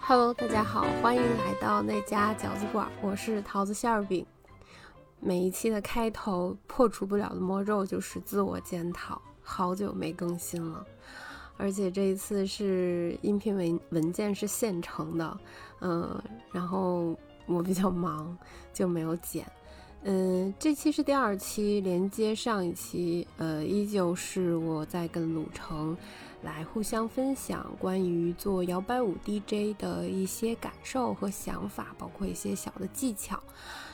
Hello，大家好，欢迎来到那家饺子馆，我是桃子馅儿饼。每一期的开头破除不了的魔咒就是自我检讨，好久没更新了，而且这一次是音频文文件是现成的，嗯，然后我比较忙就没有剪。嗯，这期是第二期，连接上一期，呃，依旧是我在跟鲁城来互相分享关于做摇摆舞 DJ 的一些感受和想法，包括一些小的技巧。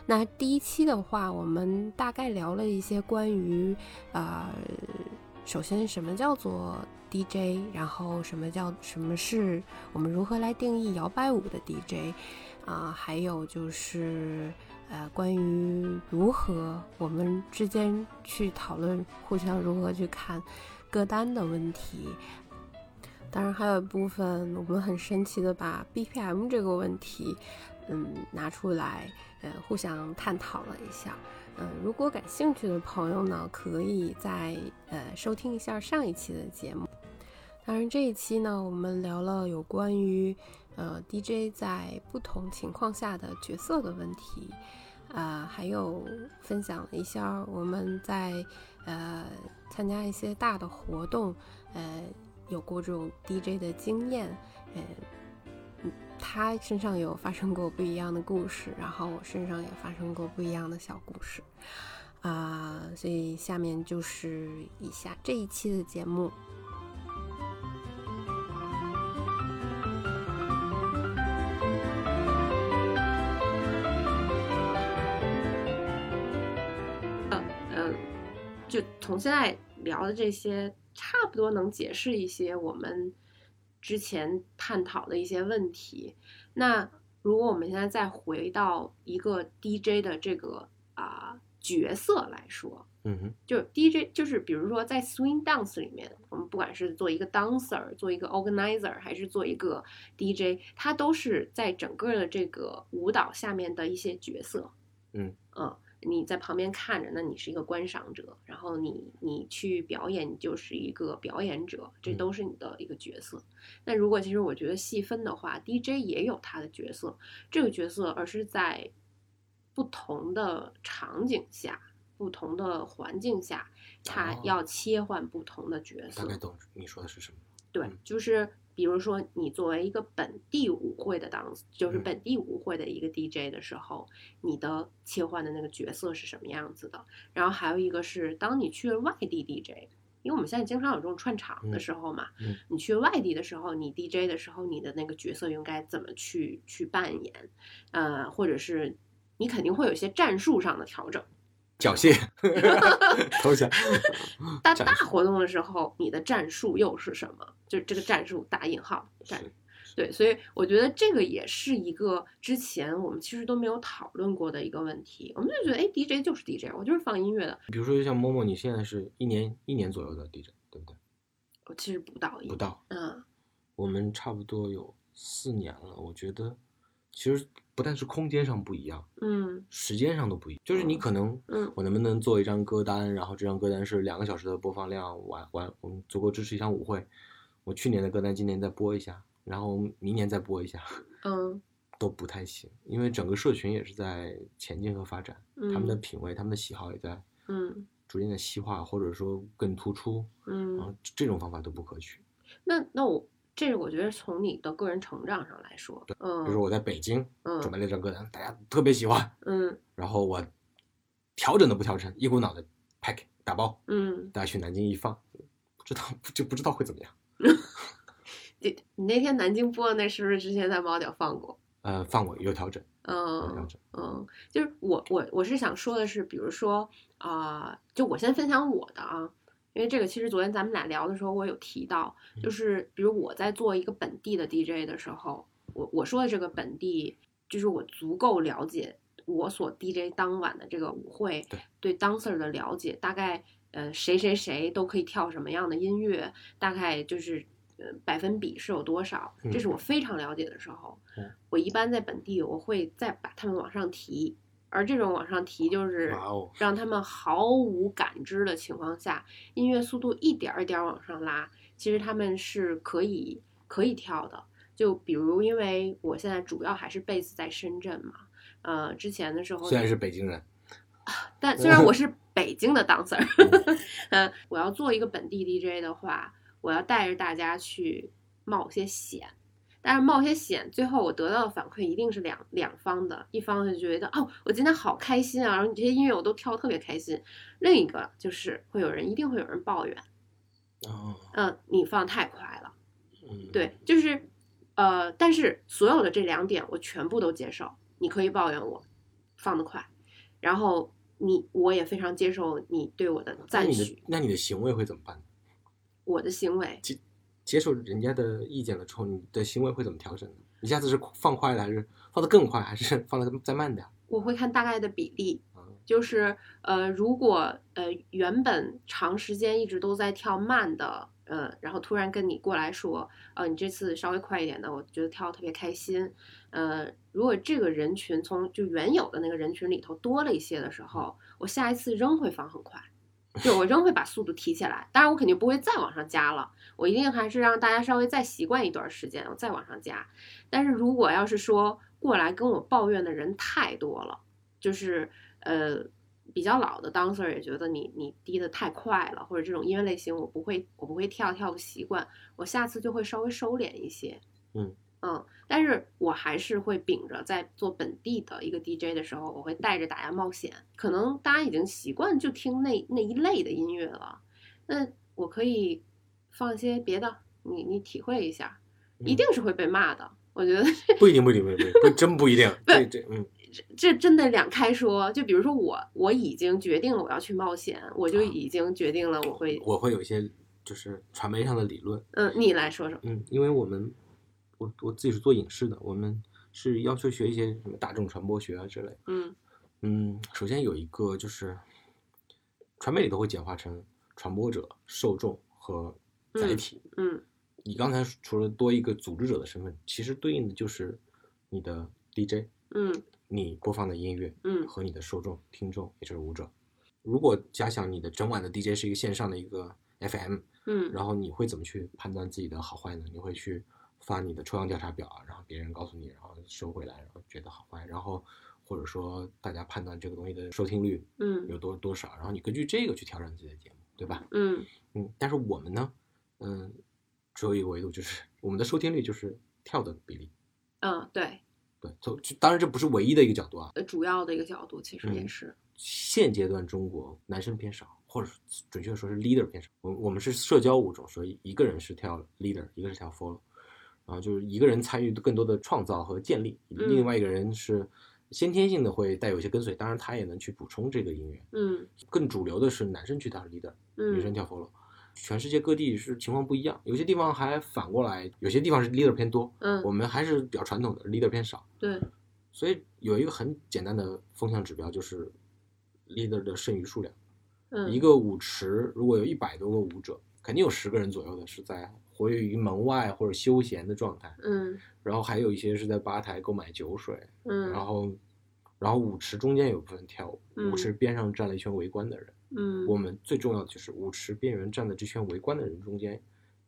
那第一期的话，我们大概聊了一些关于，呃，首先什么叫做 DJ，然后什么叫什么是我们如何来定义摇摆舞的 DJ，啊、呃，还有就是。呃，关于如何我们之间去讨论，互相如何去看歌单的问题。当然，还有一部分我们很神奇的把 BPM 这个问题，嗯，拿出来，呃，互相探讨了一下。嗯、呃，如果感兴趣的朋友呢，可以再呃收听一下上一期的节目。当然，这一期呢，我们聊了有关于呃 DJ 在不同情况下的角色的问题，啊、呃，还有分享了一下我们在呃参加一些大的活动，呃，有过这种 DJ 的经验，呃，他身上有发生过不一样的故事，然后我身上也发生过不一样的小故事，啊、呃，所以下面就是以下这一期的节目。就从现在聊的这些，差不多能解释一些我们之前探讨的一些问题。那如果我们现在再回到一个 DJ 的这个啊、呃、角色来说，嗯哼，就 DJ 就是比如说在 swing dance 里面，我们不管是做一个 dancer，做一个 organizer，还是做一个 DJ，它都是在整个的这个舞蹈下面的一些角色。嗯嗯。你在旁边看着，那你是一个观赏者，然后你你去表演，你就是一个表演者，这都是你的一个角色。那如果其实我觉得细分的话，DJ 也有他的角色，这个角色而是在不同的场景下、不同的环境下，他要切换不同的角色。哦大概懂你说的是什么？对，嗯就是比如说你作为一个本地舞会的当，嗯就是本地舞会的一个 DJ 的时候，你的切换的那个角色是什么样子的？然后还有一个是，当你去了外地 DJ，因为我们现在经常有这种串场的时候嘛，嗯嗯、你去外地的时候，你 DJ 的时候，你的那个角色应该怎么去去扮演？呃，或者是你肯定会有一些战术上的调整。缴 械，投降。嗯但大活动的时候，你的战术又是什么？就这个战术打引号战， 对，所以我觉得这个也是一个之前我们其实都没有讨论过的一个问题。我们就觉得，哎，DJ 就是 DJ，我就是放音乐的。比如说，就像某某，你现在是一年一年左右的 DJ，对不对？我其实不到一不到，嗯，我们差不多有四年了。我觉得其实。不但是空间上不一样，嗯，时间上都不一样。就是你可能，嗯，我能不能做一张歌单，然后这张歌单是两个小时的播放量，完完我们足够支持一场舞会。我去年的歌单今年再播一下，然后明年再播一下，嗯，都不太行，因为整个社群也是在前进和发展，嗯、他们的品味、他们的喜好也在，嗯，逐渐的西化或者说更突出，嗯，然后这种方法都不可取。那那我。这是我觉得从你的个人成长上来说，嗯，比如说我在北京嗯准备了一张歌单，大家特别喜欢，嗯然后我调整都不调整，一股脑的 pack 打包，嗯，大家去南京一放，不知道就不知道会怎么样。你你那天南京播的那是不是之前在猫脚放过？呃，放过有调整，有调嗯整，嗯，就是我我我是想说的是，比如说啊、就我先分享我的啊，因为这个其实昨天咱们俩聊的时候我有提到，嗯就是比如我在做一个本地的 DJ 的时候，我我说的这个本地就是我足够了解我所 DJ 当晚的这个舞会对对 dancer 的了解，大概呃谁谁谁都可以跳什么样的音乐，大概就是呃百分比是有多少，这是我非常了解的时候。嗯我一般在本地我会再把他们往上提，而这种往上提就是哇哦，让他们毫无感知的情况下，音乐速度一点儿一点儿往上拉，其实他们是可以可以跳的。就比如，因为我现在主要还是 base 在深圳嘛，呃，之前的时候虽然是北京人，但虽然我是北京的 dancer，嗯，我要做一个本地 DJ 的话，我要带着大家去冒些险。但是冒些险，最后我得到的反馈一定是两两方的，一方就觉得哦，我今天好开心啊，然后你这些音乐我都跳得特别开心；另一个就是会有人一定会有人抱怨，哦，嗯、你放太快了，嗯，对，就是呃，但是所有的这两点我全部都接受，你可以抱怨我放得快，然后你我也非常接受你对我的那赞你的许，那你的行为会怎么办？我的行为。接受人家的意见了之后，你的行为会怎么调整呢？你下次是放快了，还是放得更快，还是放得再慢点？我会看大概的比例，嗯就是呃，如果呃原本长时间一直都在跳慢的，呃，然后突然跟你过来说，呃，你这次稍微快一点的，我觉得跳得特别开心。呃，如果这个人群从就原有的那个人群里头多了一些的时候，我下一次仍会放很快，就我仍会把速度提起来。当然，我肯定不会再往上加了，我一定还是让大家稍微再习惯一段时间，我再往上加。但是如果要是说过来跟我抱怨的人太多了，就是呃比较老的 dancer 也觉得你你滴的太快了，或者这种音乐类型我不会我不会跳跳不习惯，我下次就会稍微收敛一些。嗯嗯，但是我还是会秉着在做本地的一个 DJ 的时候，我会带着大家冒险。可能大家已经习惯就听那那一类的音乐了，那我可以放一些别的，你你体会一下，一嗯定是会被骂的。我觉得不一定，不一定，不一定，不 真不一定。这这，嗯，这这真的两开说。就比如说我，我已经决定了我要去冒险，我啊就已经决定了我会，我会有一些就是传媒上的理论，嗯，你来说说，嗯，因为我们我我自己是做影视的，我们是要求学一些什么大众传播学啊之类。嗯嗯，首先有一个就是，传媒里头会简化成传播者、受众和载嗯体。嗯你刚才除了多一个组织者的身份，其实对应的就是你的 DJ，嗯你播放的音乐嗯和你的受众、听众，也就是舞者。如果假想你的整晚的 DJ 是一个线上的一个 FM，嗯然后你会怎么去判断自己的好坏呢？你会去发你的抽样调查表啊，然后别人告诉你，然后收回来，然后觉得好坏，然后或者说大家判断这个东西的收听率嗯有多多少，然后你根据这个去调整自己的节目，对吧？嗯嗯，但是我们呢，嗯，只有一个维度，就是我们的收听率就是跳的比例。嗯，对，对，从就当然这不是唯一的一个角度啊，呃主要的一个角度其实也嗯是，现阶段中国男生偏少，或者是准确地说是 leader 偏少。我我们是社交舞种，所以一个人是跳 leader，一个是跳 follow，然后就是一个人参与更多的创造和建立，嗯另外一个人是先天性的会带有一些跟随，当然他也能去补充这个音乐。嗯更主流的是男生去跳 leader，女生嗯跳 follow。全世界各地是情况不一样，有些地方还反过来，有些地方是 leader 偏多，我嗯，们还是比较传统的 leader 偏少。对，所以有一个很简单的风向指标就是 leader 的剩余数量。嗯一个舞池如果有一百多个舞者，肯定有十个人左右的是在活跃于门外或者休闲的状态，嗯然后还有一些是在吧台购买酒水，然嗯后，然后舞池中间有部分跳舞，嗯舞池边上站了一圈围观的人。我嗯，们最重要的就是舞池边缘站的这圈围观的人中间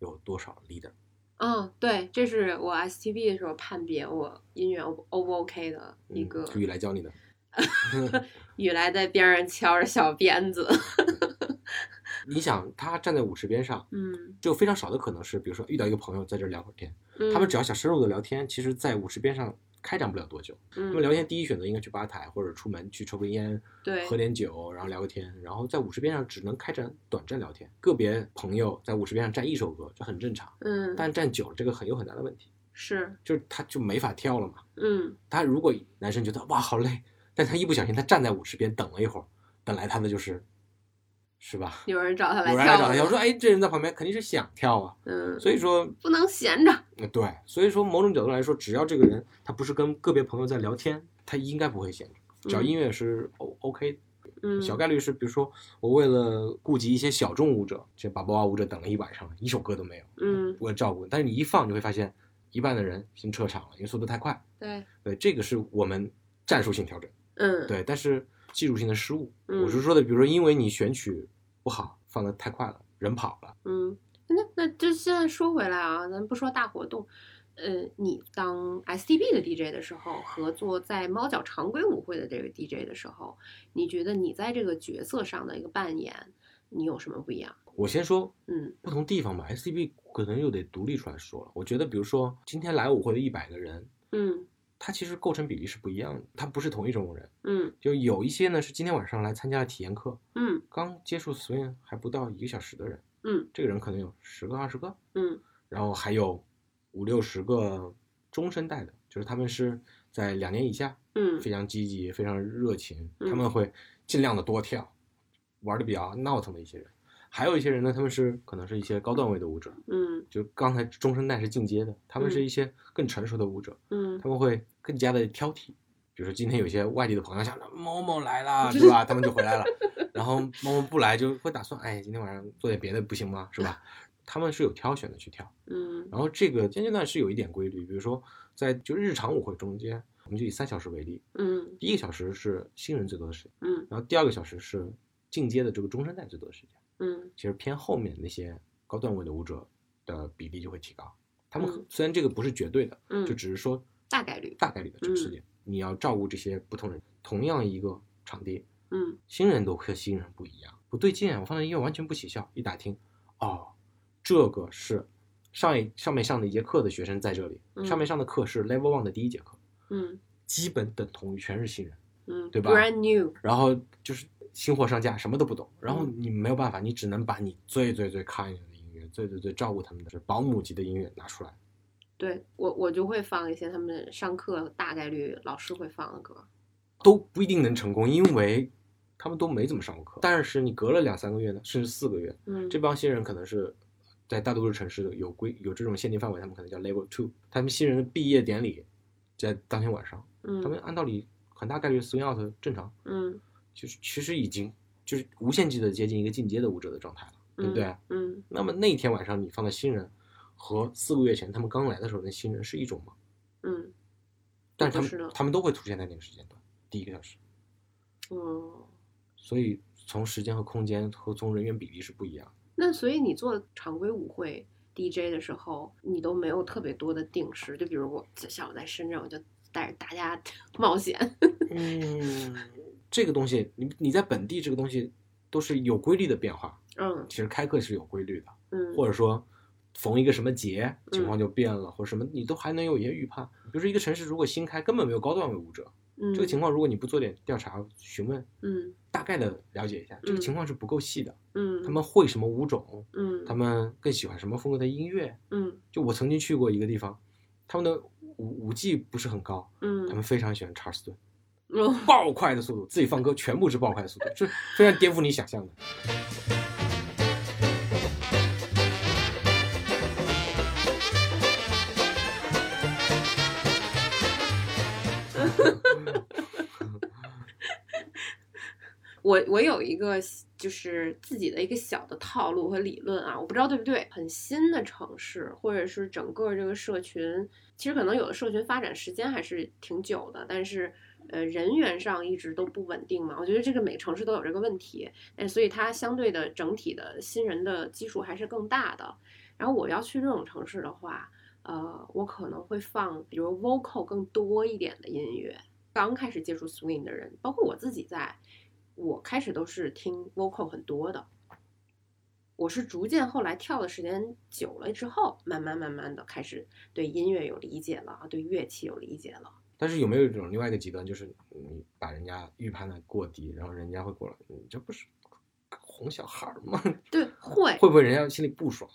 有多少 leader。嗯，对，这是我 STB 的时候判别我音乐 O O 不 OK 的一嗯个，可以来教你的。雨来在边上敲着小鞭子，你想，他站在舞池边上，嗯，只有非常少的可能是，比如说遇到一个朋友在这儿聊会儿天，他嗯们只要想深入的聊天，其实，在舞池边上开展不了多久。嗯他们聊天第一选择应该去吧台或者出门去抽根烟、对喝点酒，然后聊个天。然后在舞池边上只能开展短暂聊天，个别朋友在舞池边上站一首歌，这很正常。嗯，但站久了，这个很有很大的问题，是就是他就没法跳了嘛。嗯他如果男生觉得哇好累，但他一不小心他站在舞池边等了一会儿，本来他的就是，是吧？有人找他来有人来跳找他，舞我说哎，这人在旁边肯定是想跳啊，嗯，所以说不能闲着。呃，对，所以说某种角度来说，只要这个人他不是跟个别朋友在聊天，他应该不会闲着。只要音乐是 O OK 的嗯，小概率是，比如说我为了顾及一些小众舞者，这把包啊娃舞者等了一晚上，一首歌都没有，嗯，我照顾。但是你一放，你会发现一半的人先撤场了，因为速度太快。对，对，这个是我们战术性调整。嗯，，对，但是技术性的失误，嗯我是说的，比如说因为你选曲不好，放的太快了，人跑了，嗯，那那就现在说回来啊，咱不说大活动，呃，你当 SDB 的 DJ 的时候，和做在猫脚常规舞会的这个 DJ 的时候，你觉得你在这个角色上的一个扮演，你有什么不一样？我先说嗯不同地方吧，SCB 可能又得独立出来说了。我觉得，比如说今天来舞会的一百个人，嗯他其实构成比例是不一样的，他不是同一种人。嗯就有一些呢是今天晚上来参加了体验课，嗯刚接触 swing 还不到一个小时的人，嗯这个人可能有十个、二十个，嗯然后还有五六十个中生代的，就是他们是在两年以下，嗯非常积极、非常热情，嗯他们会尽量的多跳，玩的比较闹腾的一些人。还有一些人呢，他们是可能是一些高段位的舞者，嗯就刚才中生代是进阶的，他们嗯是一些更成熟的舞者，嗯他们会更加的挑剔。比如说今天有一些外地的朋友想某某来啦，对吧？他们就回来了。然后某某不来，就会打算，哎，今天晚上做点别的不行吗？是吧？他们是有挑选的去跳。嗯然后这个现阶段是有一点规律，比如说在就日常舞会中间，我们就以三小时为例，嗯第一个小时是新人最多的时间，嗯然后第二个小时是进阶的这个中生代最多的时间。嗯其实偏后面那些高段位的舞者的比例就会提高。他嗯们虽然这个不是绝对的，嗯，就只是说大概率，嗯大概率的这个事件，你要照顾这些不同人。同样一个场地，嗯新人都和新人不一样，不对劲啊！我放的音乐完全不起效，一打听，哦，这个是上一上面上的一节课的学生在这里，嗯上面上的课是 Level One 的第一节课，嗯基本等同于全是新人，嗯，对吧 b r a n d new，然后就是新货上架，什么都不懂，然后嗯你没有办法，你只能把你最最最看的音乐，最最最照顾他们的保姆级的音乐拿出来。对我我就会放一些他们上课大概率老师会放的歌，都不一定能成功，因为他们都没怎么上过课。但是你隔了两三个月呢，甚至四个月，嗯，这帮新人可能是在大多数城市有规有这种限定范围，他们可能叫 Level Two。他们新人的毕业典礼在当天晚上，嗯他们按道理很大概率 swing out 正常，嗯。就是其实已经就是无限期的接近一个进阶的舞者的状态了，对不对？嗯那么那天晚上你放的新人和四个月前他们刚来的时候那新人是一种吗？嗯但是他不是的们他们都会出现在那个时间段，第一个小时。嗯。所以从时间和空间和从人员比例是不一样的。那所以你做常规舞会 DJ 的时候，你都没有特别多的定时，就比如我下午在深圳，我就带着大家 冒险。嗯， 这个东西，你你在本地这个东西都是有规律的变化。嗯其实开课是有规律的，嗯或者说逢一个什么节情况就变了，或者什么你都还能有一些预判。比如说一个城市如果新开根本没有高段位舞者，嗯这个情况如果你不做点调查询问，嗯大概的了解一下，这个嗯情况是不够细的。嗯他们会什么舞种，嗯他们更喜欢什么风格的音乐，嗯就我曾经去过一个地方，他们的舞舞技不是很高，嗯他们非常喜欢查尔斯顿，嗯爆快的速度，自己放歌全部是爆快的速度，就是非常颠覆你想象的。我我有一个就是自己的一个小的套路和理论啊，我不知道对不对。很新的城市，或者是整个这个社群，其实可能有的社群发展时间还是挺久的，但是呃人员上一直都不稳定嘛。我觉得这个每个城市都有这个问题，但所以它相对的整体的新人的基数还是更大的。然后我要去这种城市的话，呃，我可能会放比如 vocal 更多一点的音乐。刚开始接触 swing 的人，包括我自己在，我开始都是听 vocal 很多的。我是逐渐后来跳的时间久了之后，慢慢慢慢的开始对音乐有理解了，对乐器有理解了。但是有没有一种另外一个极端，就是你把人家预判的过低，然后人家会过来，你这不是哄小孩儿吗？ 对，会，会不会人家心里不爽？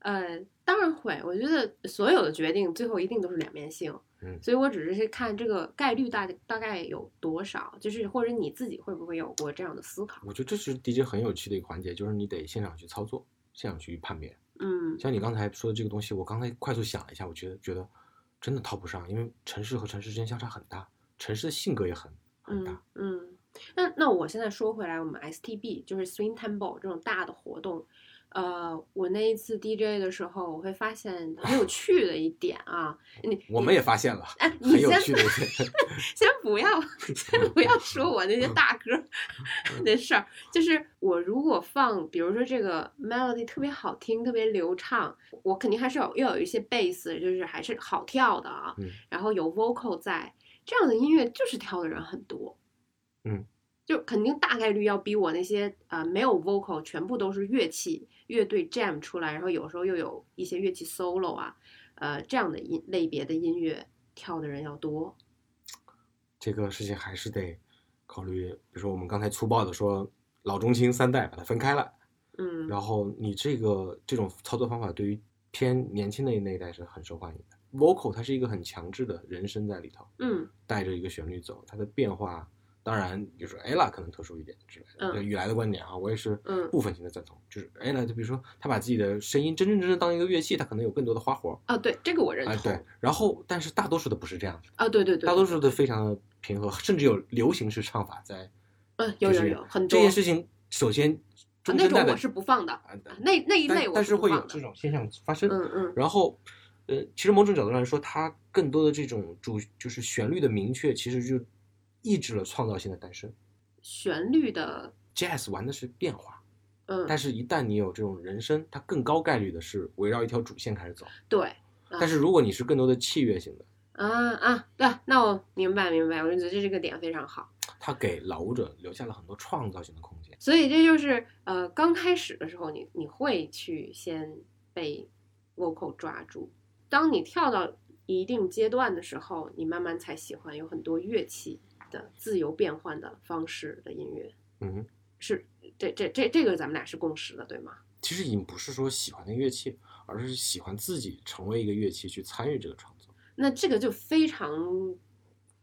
呃，当然会。我觉得所有的决定最后一定都是两面性，嗯所以我只是去看这个概率大大概有多少，就是或者你自己会不会有过这样的思考？我觉得这是 DJ 很有趣的一个环节，就是你得现场去操作，现场去判别。嗯像你刚才说的这个东西，我刚才快速想了一下，我觉得觉得真的套不上，因为城市和城市之间相差很大，城市的性格也很很大。嗯，嗯那那我现在说回来，我们 STB 就是 Swing Temple 这种大的活动，呃，我那一次 DJ 的时候，我会发现很有趣的一点啊，你我们也发现了，哎，你很有先趣的一点。 先不 要，先不要说我那些嗯大歌 的事儿。就是我如果放，比如说这个 melody 特别好听、特别流畅，我肯定还是有要有一些 bass，就是还是好跳的啊。嗯然后有 vocal 在，这样的音乐就是跳的人很多。嗯，就肯定大概率要比我那些呃没有 vocal 全部都是乐器乐队 jam 出来，然后有时候又有一些乐器 solo 啊，呃这样的音类别的音乐跳的人要多。这个事情还是得考虑，比如说我们刚才粗暴的说老中青三代把它分开了，嗯，然后你这个这种操作方法对于偏年轻的那一代是很受欢迎的。Vocal 它是一个很强制的人声在里头，嗯带着一个旋律走，它的变化当然，比如说 Ella 可能特殊一点之类的。嗯就雨来的观点啊，我也是嗯部分性的赞同。就是 Ella，就比如说她把自己的声音真真正正当一个乐器，她可能有更多的花活。啊，对，这个我认哎，同。对，然后但是大多数的不是这样的，啊，对对对，大多数的非常的平和，甚至有流行式唱法在。嗯，有就有是有很多这件事情，首先啊中那生代种的我是不放的，啊但那那一类但我但是不会放有的。这种现象发生。嗯嗯然后，呃，其实某种角度上来说，它更多的这种主就是旋律的明确，其实就抑制了创造性的诞生。旋律的 Jazz 玩的是变化，嗯但是一旦你有这种人声，它更高概率的是围绕一条主线开始走。对但是如果你是更多的器乐型的，啊啊对，那我明白明白，我就觉得这个点非常好。它给老舞者留下了很多创造性的空间。所以这就是呃刚开始的时候你，你会去先被 vocal 抓住，当你跳到一定阶段的时候，你慢慢才喜欢有很多乐器的自由变换的方式的音乐。嗯哼，是这这这这个咱们俩是共识的，对吗？其实已经不是说喜欢那个乐器，而是喜欢自己成为一个乐器去参与这个创作。那这个就非常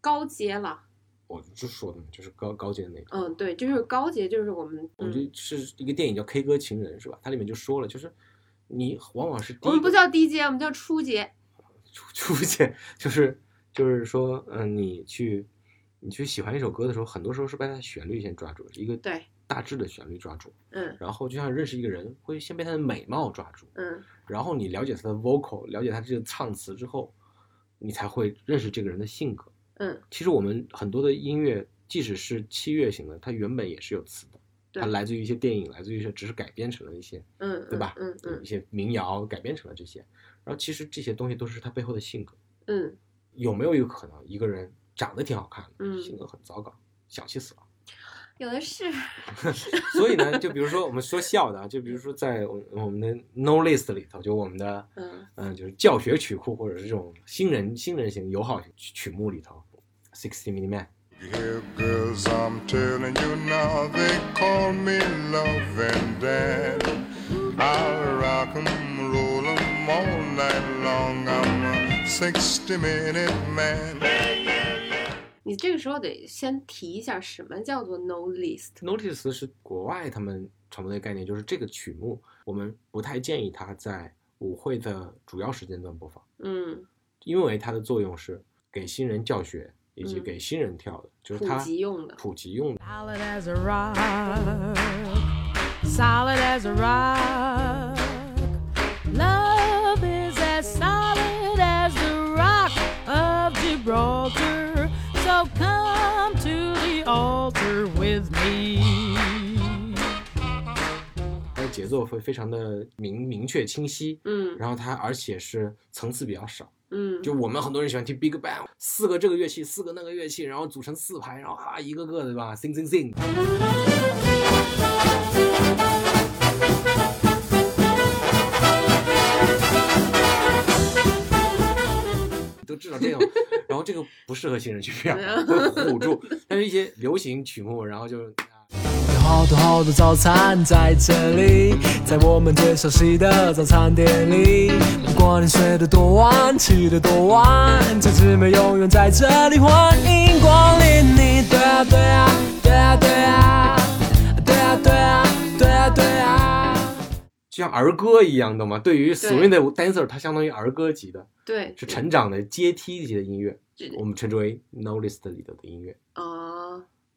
高阶了，我就说的嘛，就是高高阶的那种。嗯，对，就是高阶，就是我们，我们嗯，就是一个电影叫《K 歌情人》，是吧？它里面就说了，就是你往往是第我一们不个叫低阶，我们叫初阶，出出现，就是就是说，嗯、你去你去喜欢一首歌的时候，很多时候是被它的旋律先抓住，一个对大致的旋律抓住，嗯然后就像认识一个人，会先被他的美貌抓住，嗯然后你了解他的 vocal，了解他这个唱词之后，你才会认识这个人的性格。嗯，其实我们很多的音乐，即使是器乐型的，它原本也是有词的，对它来自于一些电影，来自于一些只是改编成了一些嗯，对吧嗯一嗯些民谣改编成了这些，然后其实这些东西都是他背后的性格。嗯，有没有一个可能，一个人长得挺好看的，嗯性格很糟糕，小气死了？有的是，所以呢，就比如说我们说笑的啊，就比如说在我我们的 No List 里头，就我们的嗯嗯，就是教学曲库或者是这种新人新人型友好型曲曲目里头，Sixty Minute Man， Yeah, girls, I'm telling you now, they call me Love and Dan. I'll rock 'em, roll 'em all night long. I'm a 60 minute man. 你这个时候得先提一下什么叫做 no list， Notice 是国外他们传播的概念，就是这个曲目我们不太建议它在舞会的主要时间段播放，嗯，因为它的作用是给新人教学以及嗯给新人跳的，就是普它及用的，普及用的。 Solid as a rock. Solid as a rock. Love is as solid as the rock of Gibraltar. So come to the altar with me. 它的节奏会非常的明明确清晰，嗯然后它而且是层次比较少。嗯，就我们很多人喜欢听 Big Bang，四个这个乐器，四个那个乐器，然后组成四排，然后啊一个个的吧，sing sing sing。都至少这样，然后这个不适合新人去跳，会唬住。但是一些流行曲目，然后就是有好多好多早餐在这里，在我们最熟悉的早餐店里。不管你睡得多晚，起得多晚，这姊妹永远在这里，欢迎光临你。对啊，对啊，对啊，对啊，对啊，对啊，对啊，对啊。就像儿歌一样的嘛。对于对 swing 的 dancer，它相当于儿歌级的，对，是成长的阶梯级的音乐。这我们称之为 No List 里头的音乐。啊，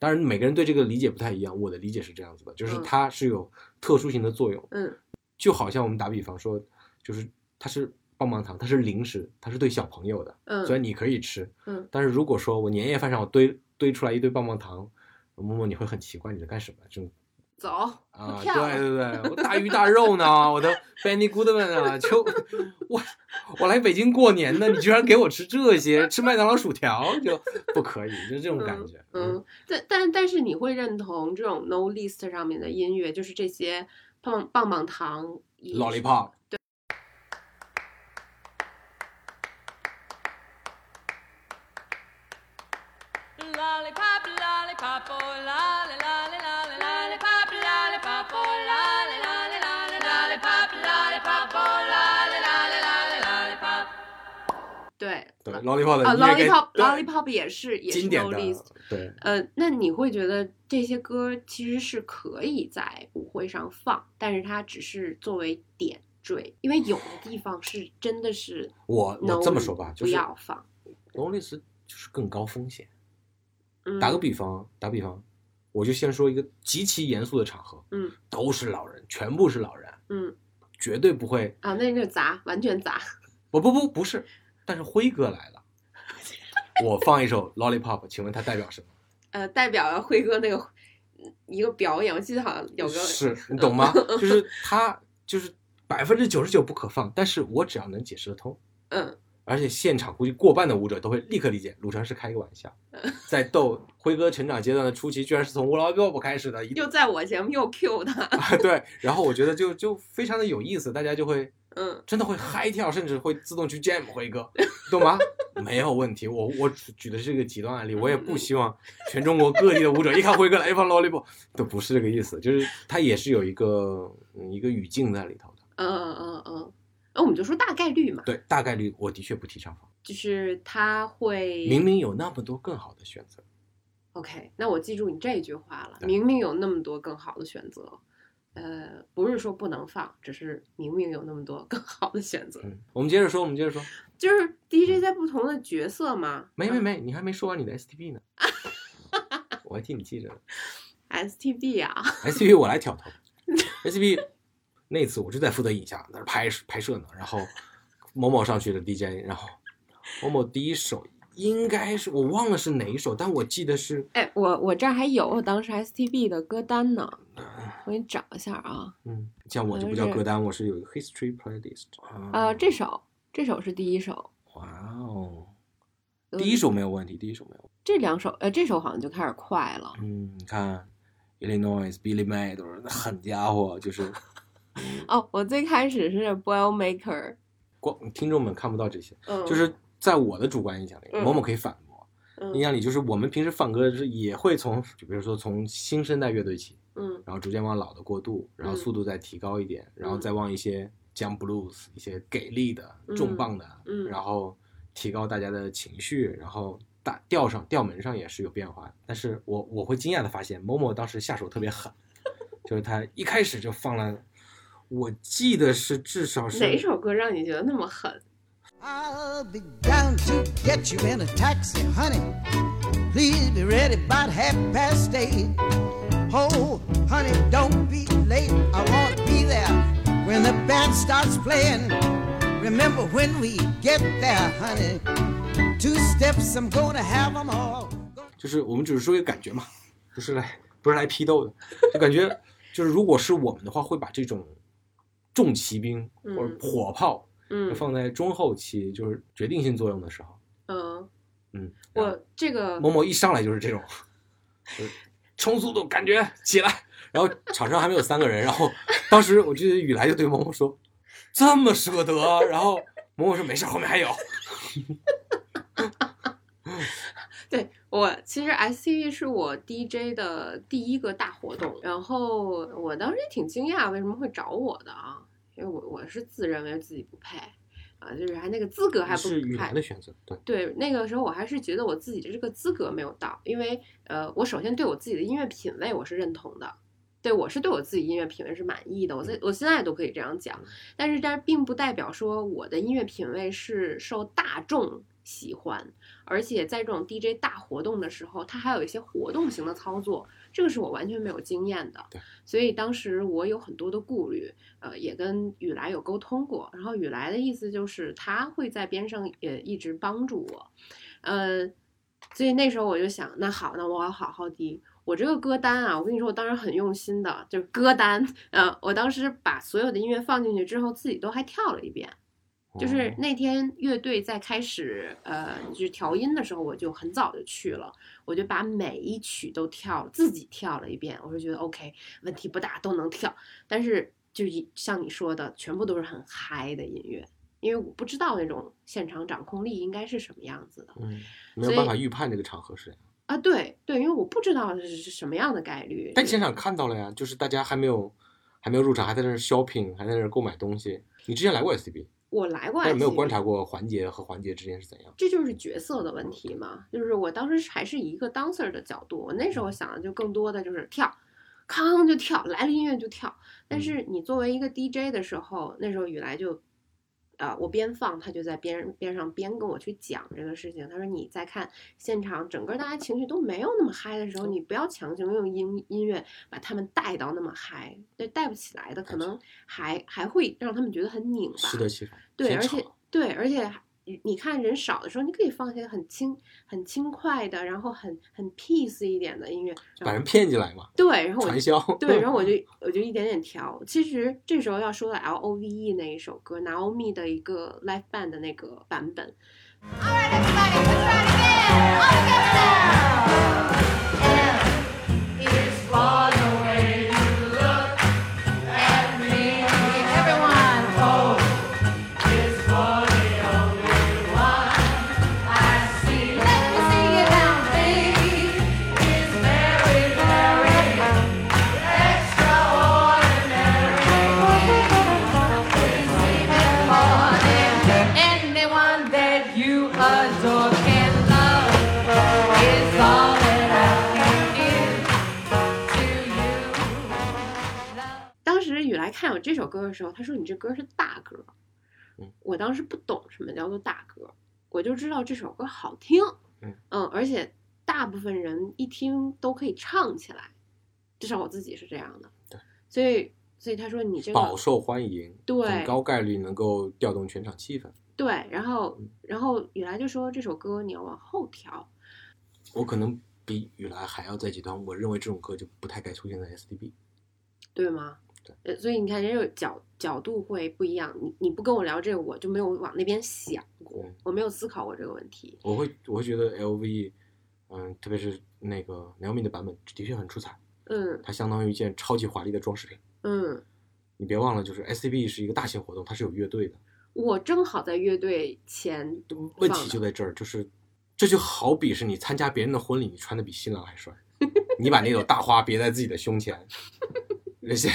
当然，每个人对这个理解不太一样。我的理解是这样子的，就是嗯它是有特殊性的作用，嗯就好像我们打比方说，就是它是棒棒糖，它是零食，它是对小朋友的，嗯，所以你可以吃。嗯但是如果说我年夜饭上我堆堆出来一堆棒棒糖，默默你会很奇怪，你在干什么？这种走啊， 跳对对对，我大鱼大肉 呢，我的 Benny Goodman 啊，就我我来北京过年呢，你居然给我吃这些，吃麦当劳薯条就不可以，就这种感觉。嗯，嗯，但但但是你会认同这种 no list 上面的音乐，就是这些棒棒棒糖也是 Lollipop。 Lollipop, lollipop, oh lolly, lolly, lolly, lollipop, lollipop, oh lolly, lolly, lolly, lollipop, lollipop, oh lolly, lolly, lolly, 啊 lollipop. 对对啊，lollipop 的啊音乐跟，lollipop 对 lollipop 也是也是经典 no 的 list。，对，呃，那你会觉得这些歌其实是可以在舞会上放，但是它只是作为点缀，因为有的地方是真的是我我 no，这么说吧，就不是要放。 no list 就是更高风险。嗯打个比方，打比方，我就先说一个极其严肃的场合，嗯，都是老人，全部是老人，嗯绝对不会，啊，那就砸，完全砸。不不不不是，但是辉哥 来了，我放一首 lollipop，请问它代表什么？呃，代表了辉哥那个一个表演，我记得好像有个是你懂吗？就是它就是百分之九十九不可放，但是我只要能解释得通，嗯而且现场估计过半的舞者都会立刻理解，鲁成是开一个玩笑，在逗辉哥成长阶段的初期，居然是从 lollipop 开始的，一定又在我前面又 Q 他，啊 对，然后我觉得就就非常的有意思，大家就会嗯真的会嗨跳，甚至会自动去 jam 辉哥，懂吗？没有问题，我我举举的是这个极端案例，我也不希望全中国各地的舞者一看辉哥来一放 lollipop，都不是这个意思，就是它也是有一个、嗯一个语境在里头的。嗯嗯嗯嗯，那我们就说大概率嘛，对，大概率我的确不提倡放，就是他会明明有那么多更好的选择。 OK，那我记住你这一句话了。对明明有那么多更好的选择，呃，不是说不能放，只是明明有那么多更好的选择，嗯，我们接着说，我们接着说， 就是 DJ 在不同的角色嘛。呃没没没，你还没说完你的 STP 呢，我还替你记着呢。 ，STB 啊， SCP 我来挑头，SCP 那次我就在负责影像，在那儿拍摄拍摄呢，然后某某上去了 DJ，然后某某第一首应该是我忘了是哪一首，但我记得是哎，我我这儿还有我当时 STB 的歌单呢，我给你找一下啊。嗯，哦像我就不叫歌单，我是有一个 history playlist 嗯呃，这首这首是第一首，哇哦，呃第一首没有问题，第一首没有，这两首，呃，这首好像就开始快了。嗯，你看 Illinois Billy m a d e 狠家伙，就是嗯哦，我最开始是 Boil Maker，光听众们看不到这些，嗯，就是在我的主观印象里，嗯某某可以反驳。嗯印象里就是我们平时放歌是也会从，就比如说从新生代乐队起，嗯然后逐渐往老的过渡，然后嗯速度再提高一点，然后再往一些 jam blues 一些给力的、重磅的，嗯然后提高大家的情绪，然后大调上调门上也是有变化的。但是我我会惊讶的发现，某某当时下手特别狠， 就是他一开始就放了，我记得是至少是哪首歌让你觉得那么狠？ I'll be down to get you in a taxi, honey. Please be ready about half past eight. Oh, honey, don't be late. I want to be there when the band starts playing. Remember when we get there, honey. Two steps, I'm gonna have 'em all. 就是我们只是说一个感觉嘛，不是来不是来批斗的，就感觉就是如果是我们的话，会把这种重骑兵嗯或者火炮嗯放在中后期，就是决定性作用的时候。嗯，嗯，我这个某某一上来就是这种，就是冲速度，感觉起来。然后场上还没有三个人，然后当时我记得雨来就对某某说：“这么舍得。”然后某某说：“没事，后面还有。对我其实 S C E 是我 DJ 的第一个大活动，然后我当时也挺惊讶为什么会找我的啊，因为我我是自认为自己不配啊，就是还那个资格”还不是雨来配的。选择，对，对，那个时候我还是觉得我自己的这个资格没有到，因为呃，我首先对我自己的音乐品味我是认同的，对我是对我自己音乐品味是满意的，我在我现在都可以这样讲，但是但并不代表说我的音乐品味是受大众喜欢，而且在这种 DJ 大活动的时候，它还有一些活动型的操作，这个是我完全没有经验的对，所以当时我有很多的顾虑，呃，也跟雨来有沟通过，然后雨来的意思就是他会在边上也一直帮助我，呃，所以那时候我就想，那好，那我要好好滴。我这个歌单啊，我跟你说，我当时很用心的，就是歌单，呃，我当时把所有的音乐放进去之后，自己都还跳了一遍。哦就是那天乐队在开始呃，就是调音的时候，我就很早就去了，我就把每一曲都跳了，自己跳了一遍。我是觉得 OK，问题不大，都能跳。但是就一像你说的，全部都是很嗨的音乐，因为我不知道那种现场掌控力应该是什么样子的。嗯，没所有以办法预判这个场合是谁，啊，对对，因为我不知道是是什么样的概率。但现场看到了呀，就是大家还没有还没有入场，还在那儿 shopping，还在那儿购买东西。你之前来过 SCB，我来过，但是没有观察。过环节和环节之间是怎样。这就是角色的问题嘛，就是我当时还是以一个 dancer 的角度，我那时候想的就更多的就是跳，康就跳，来了音乐就跳。但是你作为一个 DJ 的时候，那时候雨来就，啊、我边放他就在边边上边跟我去讲这个事情。他说你在看现场，整个大家情绪都没有那么嗨的时候，你不要强行用音音乐把他们带到那么嗨，就带不起来的，可能还还会让他们觉得很拧巴。适得其反，对，先而吵且对，而且还你看人少的时候，你可以放一些很轻、很轻快的，然后很很 peace 一点的音乐，把然人后骗进来嘛，对，然后我传就销。嗯对，然后我就我就一点点调。其实这时候要说到 L O V E 那一首歌，Naomi 的一个 live band 的那个版本， Anyone that you adore can love is all that I can give to you. Love. 当时雨来看我这首歌的时候，他说你这歌是大歌，嗯我当时不懂什么叫做大歌，我就知道这首歌好听，嗯而且大部分人一听都可以唱起来，至少我自己是这样的，对，所以所以他说你这 饱个受欢迎，对很高概率能够调动全场气氛。对，然后嗯然后雨来就说这首歌你要往后调，我可能比雨来还要在极端，我认为这种歌就不太该出现在 SDB。对吗？对呃，所以你看，人有角角度会不一样。你你不跟我聊这个，我就没有往那边想过嗯，我没有思考过这个问题。我会我会觉得 LV，嗯，特别是那个 Naomi 的版本的确很出彩，嗯它相当于一件超级华丽的装饰品。嗯，你别忘了，就是 SCB 是一个大型活动，它是有乐队的。我正好在乐队前，问题就在这儿，就是这就好比是你参加别人的婚礼，你穿的比新郎还帅，你把那朵大花别在自己的胸前，人家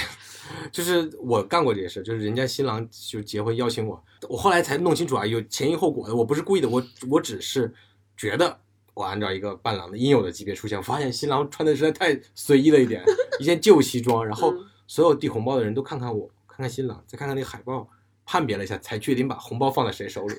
就是我干过这些事，就是人家新郎就结婚邀请我，我后来才弄清楚啊，有前因后果的，我不是故意的，我我只是觉得。我按照一个伴郎的应有的级别出现，我发现新郎穿的实在太随意了一点，一件旧西装，然后嗯所有递红包的人都看看我，看看新郎，再看看那个海报，判别了一下，才决定把红包放在谁手里。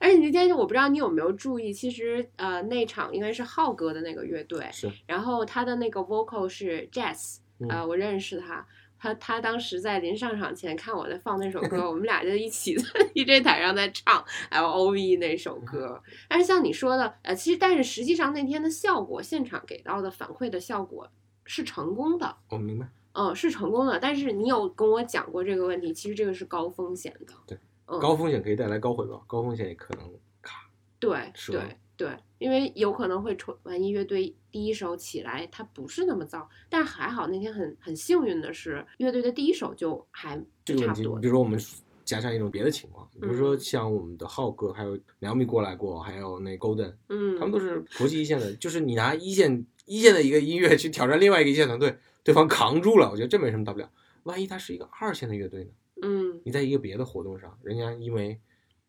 而且那天我不知道你有没有注意，其实呃那场应该是浩哥的那个乐队，是，然后他的那个 vocal 是 Jazz，嗯啊、我认识他。他他当时在临上场前看我在放那首歌，我们俩就一起 在 DJ 台上在唱 L O V 那首嗯歌。但是像你说的，呃，其实但是实际上那天的效果，现场给到的反馈的效果是成功的，我明白。嗯，是成功的。但是你有跟我讲过这个问题，其实这个是高风险的。对，嗯、高风险可以带来高回报，高风险也可能卡。对是吧对对，因为有可能会传万一乐队第一首起来，它不是那么燥，但是还好那天很很幸运的是，乐队的第一首就还这就个差问不题，多比。如说我们加上一种别的情况，比如说像我们的浩哥，还有 Naomi 过来过，还有那 Golden，嗯，他们都是国际一线的，就是你拿一线一线的一个音乐去挑战另外一个一线团队，对方扛住了，我觉得这没什么大不了。万一他是一个二线的乐队呢？嗯你在一个别的活动上，人家因为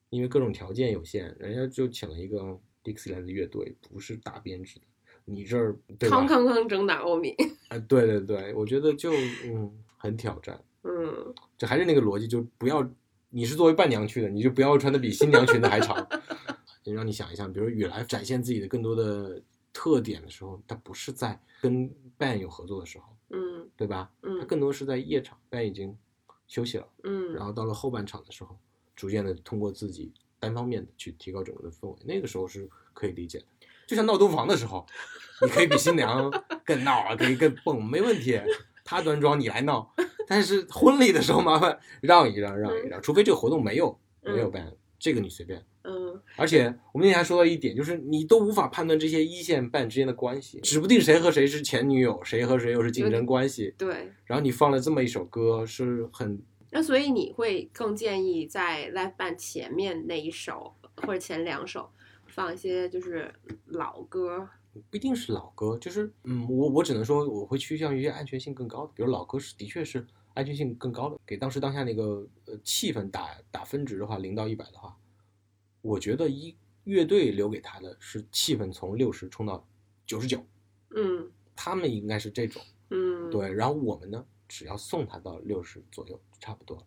因为各种条件有限，人家就请了一个 Dixieland 的乐队，不是大编制的。你这儿对吧？康康康整打欧米，啊，对对对，我觉得就嗯很挑战。嗯，这还是那个逻辑，就不要你是作为伴娘去的，你就不要穿的比新娘裙子还长。 让你想一想，比如雨来展现自己的更多的特点的时候，他不是在跟 Ben 有合作的时候，嗯对吧？他嗯更多是在夜场，Ben 已经休息了，嗯，然后到了后半场的时候，逐渐的通过自己单方面的去提高整个的氛围，那个时候是可以理解的。就像闹东房的时候，你可以比新娘更闹啊，可以更蹦，没问题，他端庄你来闹。但是婚礼的时候，麻烦让一让，让一让，除非这个活动没有没有办，这个你随便。嗯而且我们那天还说到一点，就是你都无法判断这些一线伴之间的关系，指不定谁和谁是前女友，谁和谁又是竞争关系。对。然后你放了这么一首歌，是很那所以你会更建议在 live band 前面那一首或者前两首放一些就是老歌，不一定是老歌，就是嗯，我我只能说我会趋向于一些安全性更高的，比如老歌是的确是安全性更高的，给当时当下那个呃气氛打打分值的话，零到一百的话，我觉得一乐队留给他的是气氛从六十冲到九十九，嗯他们应该是这种嗯，对，然后我们呢，只要送他到六十左右就差不多了，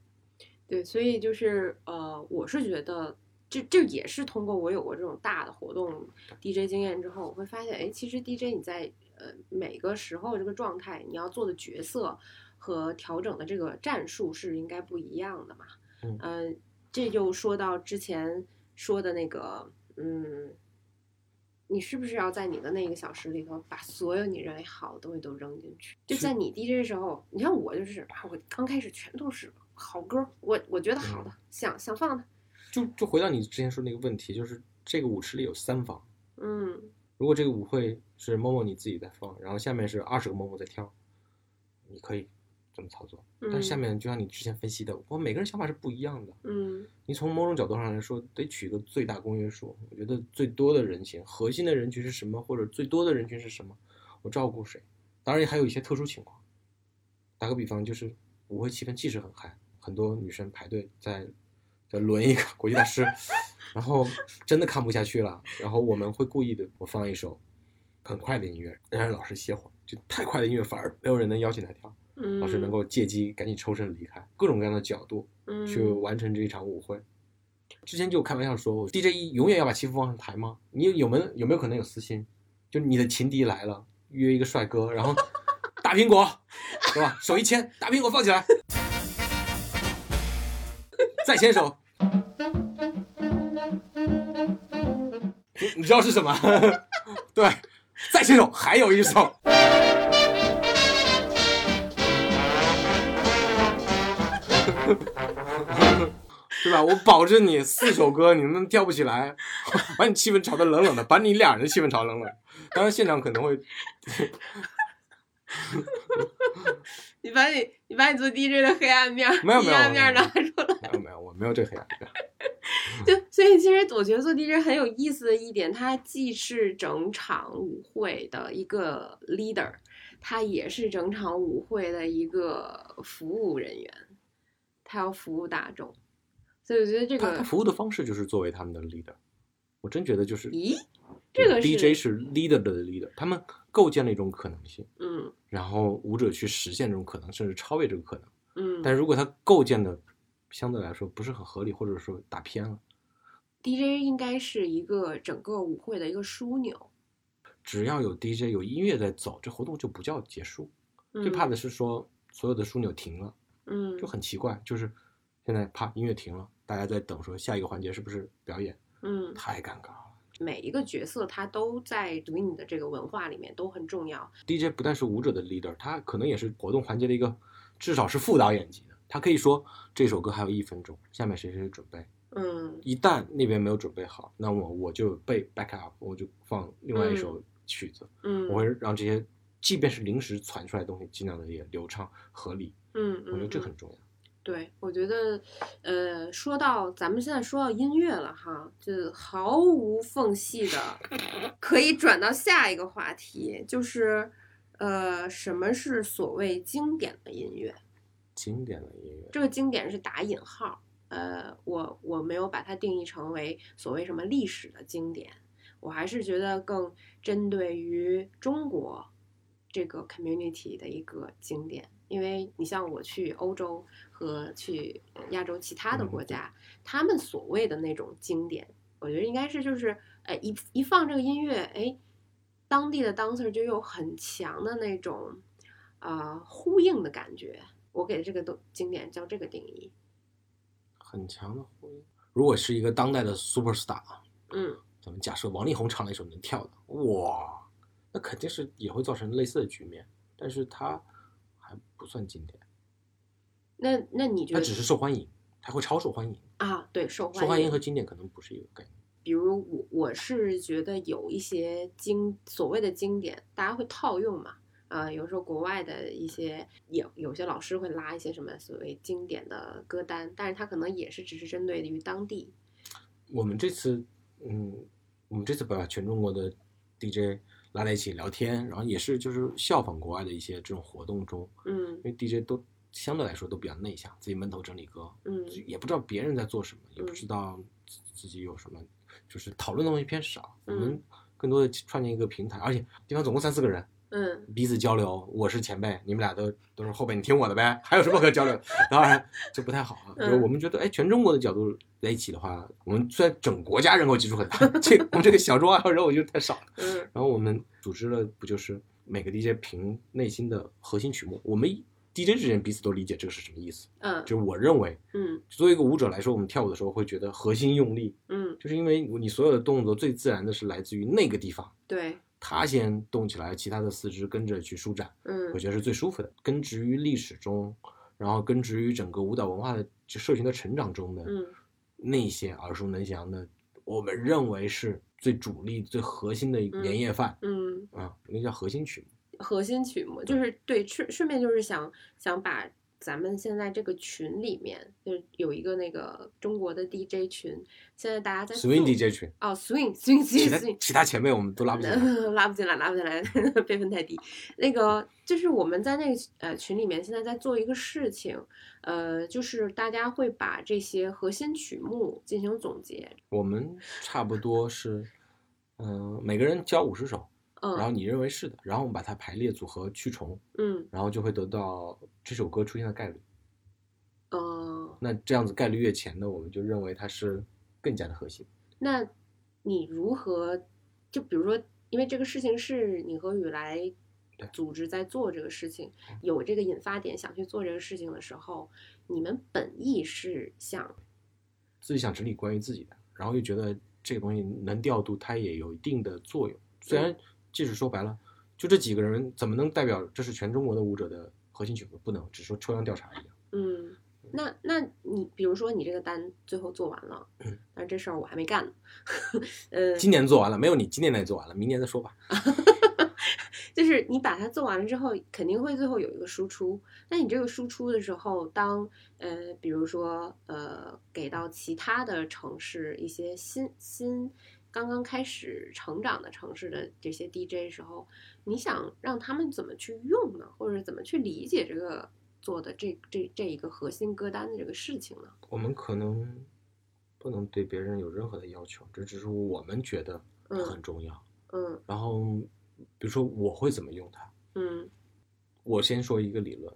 对，所以就是呃，我是觉得这这也是通过我有过这种大的活动 DJ 经验之后，我会发现，哎，其实 DJ 你在呃每个时候这个状态，你要做的角色和调整的这个战术是应该不一样的嘛。嗯呃，这就说到之前说的那个，嗯，你是不是要在你的那一个小时里头，把所有你认为好的东西都扔进去？就是在你 DJ 的时候，你看我就是啊，我刚开始全都是好歌，我我觉得好嗯的，想想放的，就就回到你之前说那个问题，就是这个舞池里有三方，嗯如果这个舞会是 Momo 你自己在放，然后下面是二十个 Momo 在跳，你可以这么操作。但是嗯下面就像你之前分析的，我每个人想法是不一样的。嗯你从某种角度上来说，得取一个最大公约数。我觉得最多的人群，核心的人群是什么，或者最多的人群是什么，我照顾谁。当然还有一些特殊情况，打个比方，就是舞会气氛气势很嗨，很多女生排队在在轮一个国际大师，然后真的看不下去了，然后我们会故意的，我放一首很快的音乐，让老师歇会儿。就太快的音乐反而没有人能邀请他跳，嗯，老师能够借机赶紧抽身离开，各种各样的角度，去嗯完成这一场舞会。之前就开玩笑说，我 DJ 永远要把媳妇往上抬吗？你有没有有没有可能有私心？就你的情敌来了，约一个帅哥，然后大苹果，对吧？手一牵，大苹果放起来，再牵手，你你知道是什么？ 对，再牵手，还有一首。对吧？我保证你四首歌你们跳不起来， 把你气氛炒得冷冷的，把你俩人的气氛炒冷冷。当然现场可能会，你把你你把你做 DJ 的黑暗面儿，没有阴没有暗面儿没有拿出来。没有没有，我没有这黑暗面。就所以，其实我觉得做 DJ 很有意思的一点，它既是整场舞会的一个 leader，他也是整场舞会的一个服务人员，他要服务大众。所以我觉得这他啊他个，服务的方式就是作为他们的 leader，我真觉得就是咦，这个是 DJ 是 leader 的 leader，他们构建了一种可能性，嗯然后舞者去实现这种可能，甚至超越这个可能。嗯但如果他构建的相对来说不是很合理，或者说打偏了， ，DJ 应该是一个整个舞会的一个枢纽。只要有 DJ 有音乐在走，这活动就不叫结束。最最怕的是说所有的枢纽停了。嗯，就很奇怪，就是现在啪音乐停了，大家在等说下一个环节是不是表演，嗯，太尴尬了。每一个角色他都在对你的这个文化里面都很重要。 DJ 不但是舞者的 leader，他可能也是活动环节的一个，至少是副导演级的。他可以说这首歌还有一分钟，下面谁谁谁准备。嗯一旦那边没有准备好，那我我就被 back up，我就放另外一首曲子。嗯，我会让这些，即便是临时传出来的东西，尽量的也流畅合理。嗯，我觉得这嗯很重要。对，我觉得，呃，说到咱们现在说到音乐了哈，就是毫无缝隙的，可以转到下一个话题，就是，呃，什么是所谓经典的音乐？经典的音乐，这个经典是打引号，呃，我我没有把它定义成为所谓什么历史的经典，我还是觉得更针对于中国这个 community 的一个经典。因为你像我去欧洲和去亚洲其他的国家，他们所谓的那种经典，我觉得应该是就是，呃，一一放这个音乐，哎，当地的 dancer 就有很强的那种，呃，呼应的感觉。我给这个都经典叫这个定义。很强的呼应。如果是一个当代的 super star，嗯，咱们假设王力宏唱了一首能跳的，哇，那肯定是也会造成类似的局面，但是他还不算经典，那那你觉他得只是受欢迎，他会超受欢迎，啊？对，受受欢迎和经典可能不是一个概念。比如我我是觉得有一些经所谓的经典，大家会套用嘛。呃，有时候国外的一些也有些老师会拉一些什么所谓经典的歌单，但是他可能也是只是针对于当地。我们这次，嗯，我们这次把全中国的 DJ 拉在一起聊天，然后也是就是效仿国外的一些这种活动中，嗯因为 DJ 都相对来说都比较内向，自己闷头整理歌，嗯就也不知道别人在做什么，也不嗯知道自自己有什么，就是讨论的东西偏少。我嗯们更多的创建一个平台，而且地方总共三四个人，嗯，彼此交流。我是前辈，你们俩都都是后辈，你听我的呗，还有什么可交流的？ 当然就不太好啊。嗯就是我们觉得，哎，全中国的角度在一起的话，我们虽然整国家人口基数很大， 这我们这个小众爱好人口就太少了。嗯然后我们组织了，不就是每个 DJ 评内心的核心曲目？我们 DJ 之间彼此都理解这个是什么意思。嗯就是我认为，嗯作为一个舞者来说，我们跳舞的时候会觉得核心用力，嗯，就是因为你所有的动作最自然的是来自于那个地方，对，它先动起来，其他的四肢跟着去舒展，嗯我觉得是最舒服的。根植于历史中，然后根植于整个舞蹈文化的就社群的成长中的嗯那些耳熟能详的，我们认为是最主力、最核心的嗯年夜饭。嗯。啊，那叫核心曲目。核心曲目，就是对顺顺便就是想想把咱们现在这个群里面，就是有一个那个中国的 DJ 群，现在大家在 swing 做 DJ 群，哦，swing swing 其 swing 他 swing，其他前辈我们都拉不进来。 拉不进来，拉不进来，辈分太低。那个就是我们在那个呃群里面，现在在做一个事情，呃，就是大家会把这些核心曲目进行总结，我们差不多是，嗯、每个人教五十首，然后嗯你认为是的，然后我们把它排列组合驱虫，嗯然后就会得到这首歌出现的概率。呃，那这样子概率越前的，我们就认为它是更加的核心。那你如何就比如说，因为这个事情是你和雨来对组织在做这个事情，有这个引发点想去做这个事情的时候，你们本意是想自己想整理关于自己的，然后又觉得这个东西能调度，它也有一定的作用。虽然即使说白了，就这几个人怎么能代表这是全中国的舞者的核心曲目？不能，只说抽样调查一样。嗯，那那你比如说你这个单最后做完了，但是这事儿我还没干呢，呃，今年做完了，没有你今年来做完了，明年再说吧。就是你把它做完了之后，肯定会最后有一个输出。那你这个输出的时候，当呃，比如说呃，给到其他的城市一些新新刚刚开始成长的城市的这些 DJ 的时候，你想让他们怎么去用呢？或者怎么去理解这个做的这这这一个核心歌单的这个事情呢？我们可能不能对别人有任何的要求，这只是我们觉得它很重要。嗯然后，比如说我会怎么用它，嗯我先说一个理论，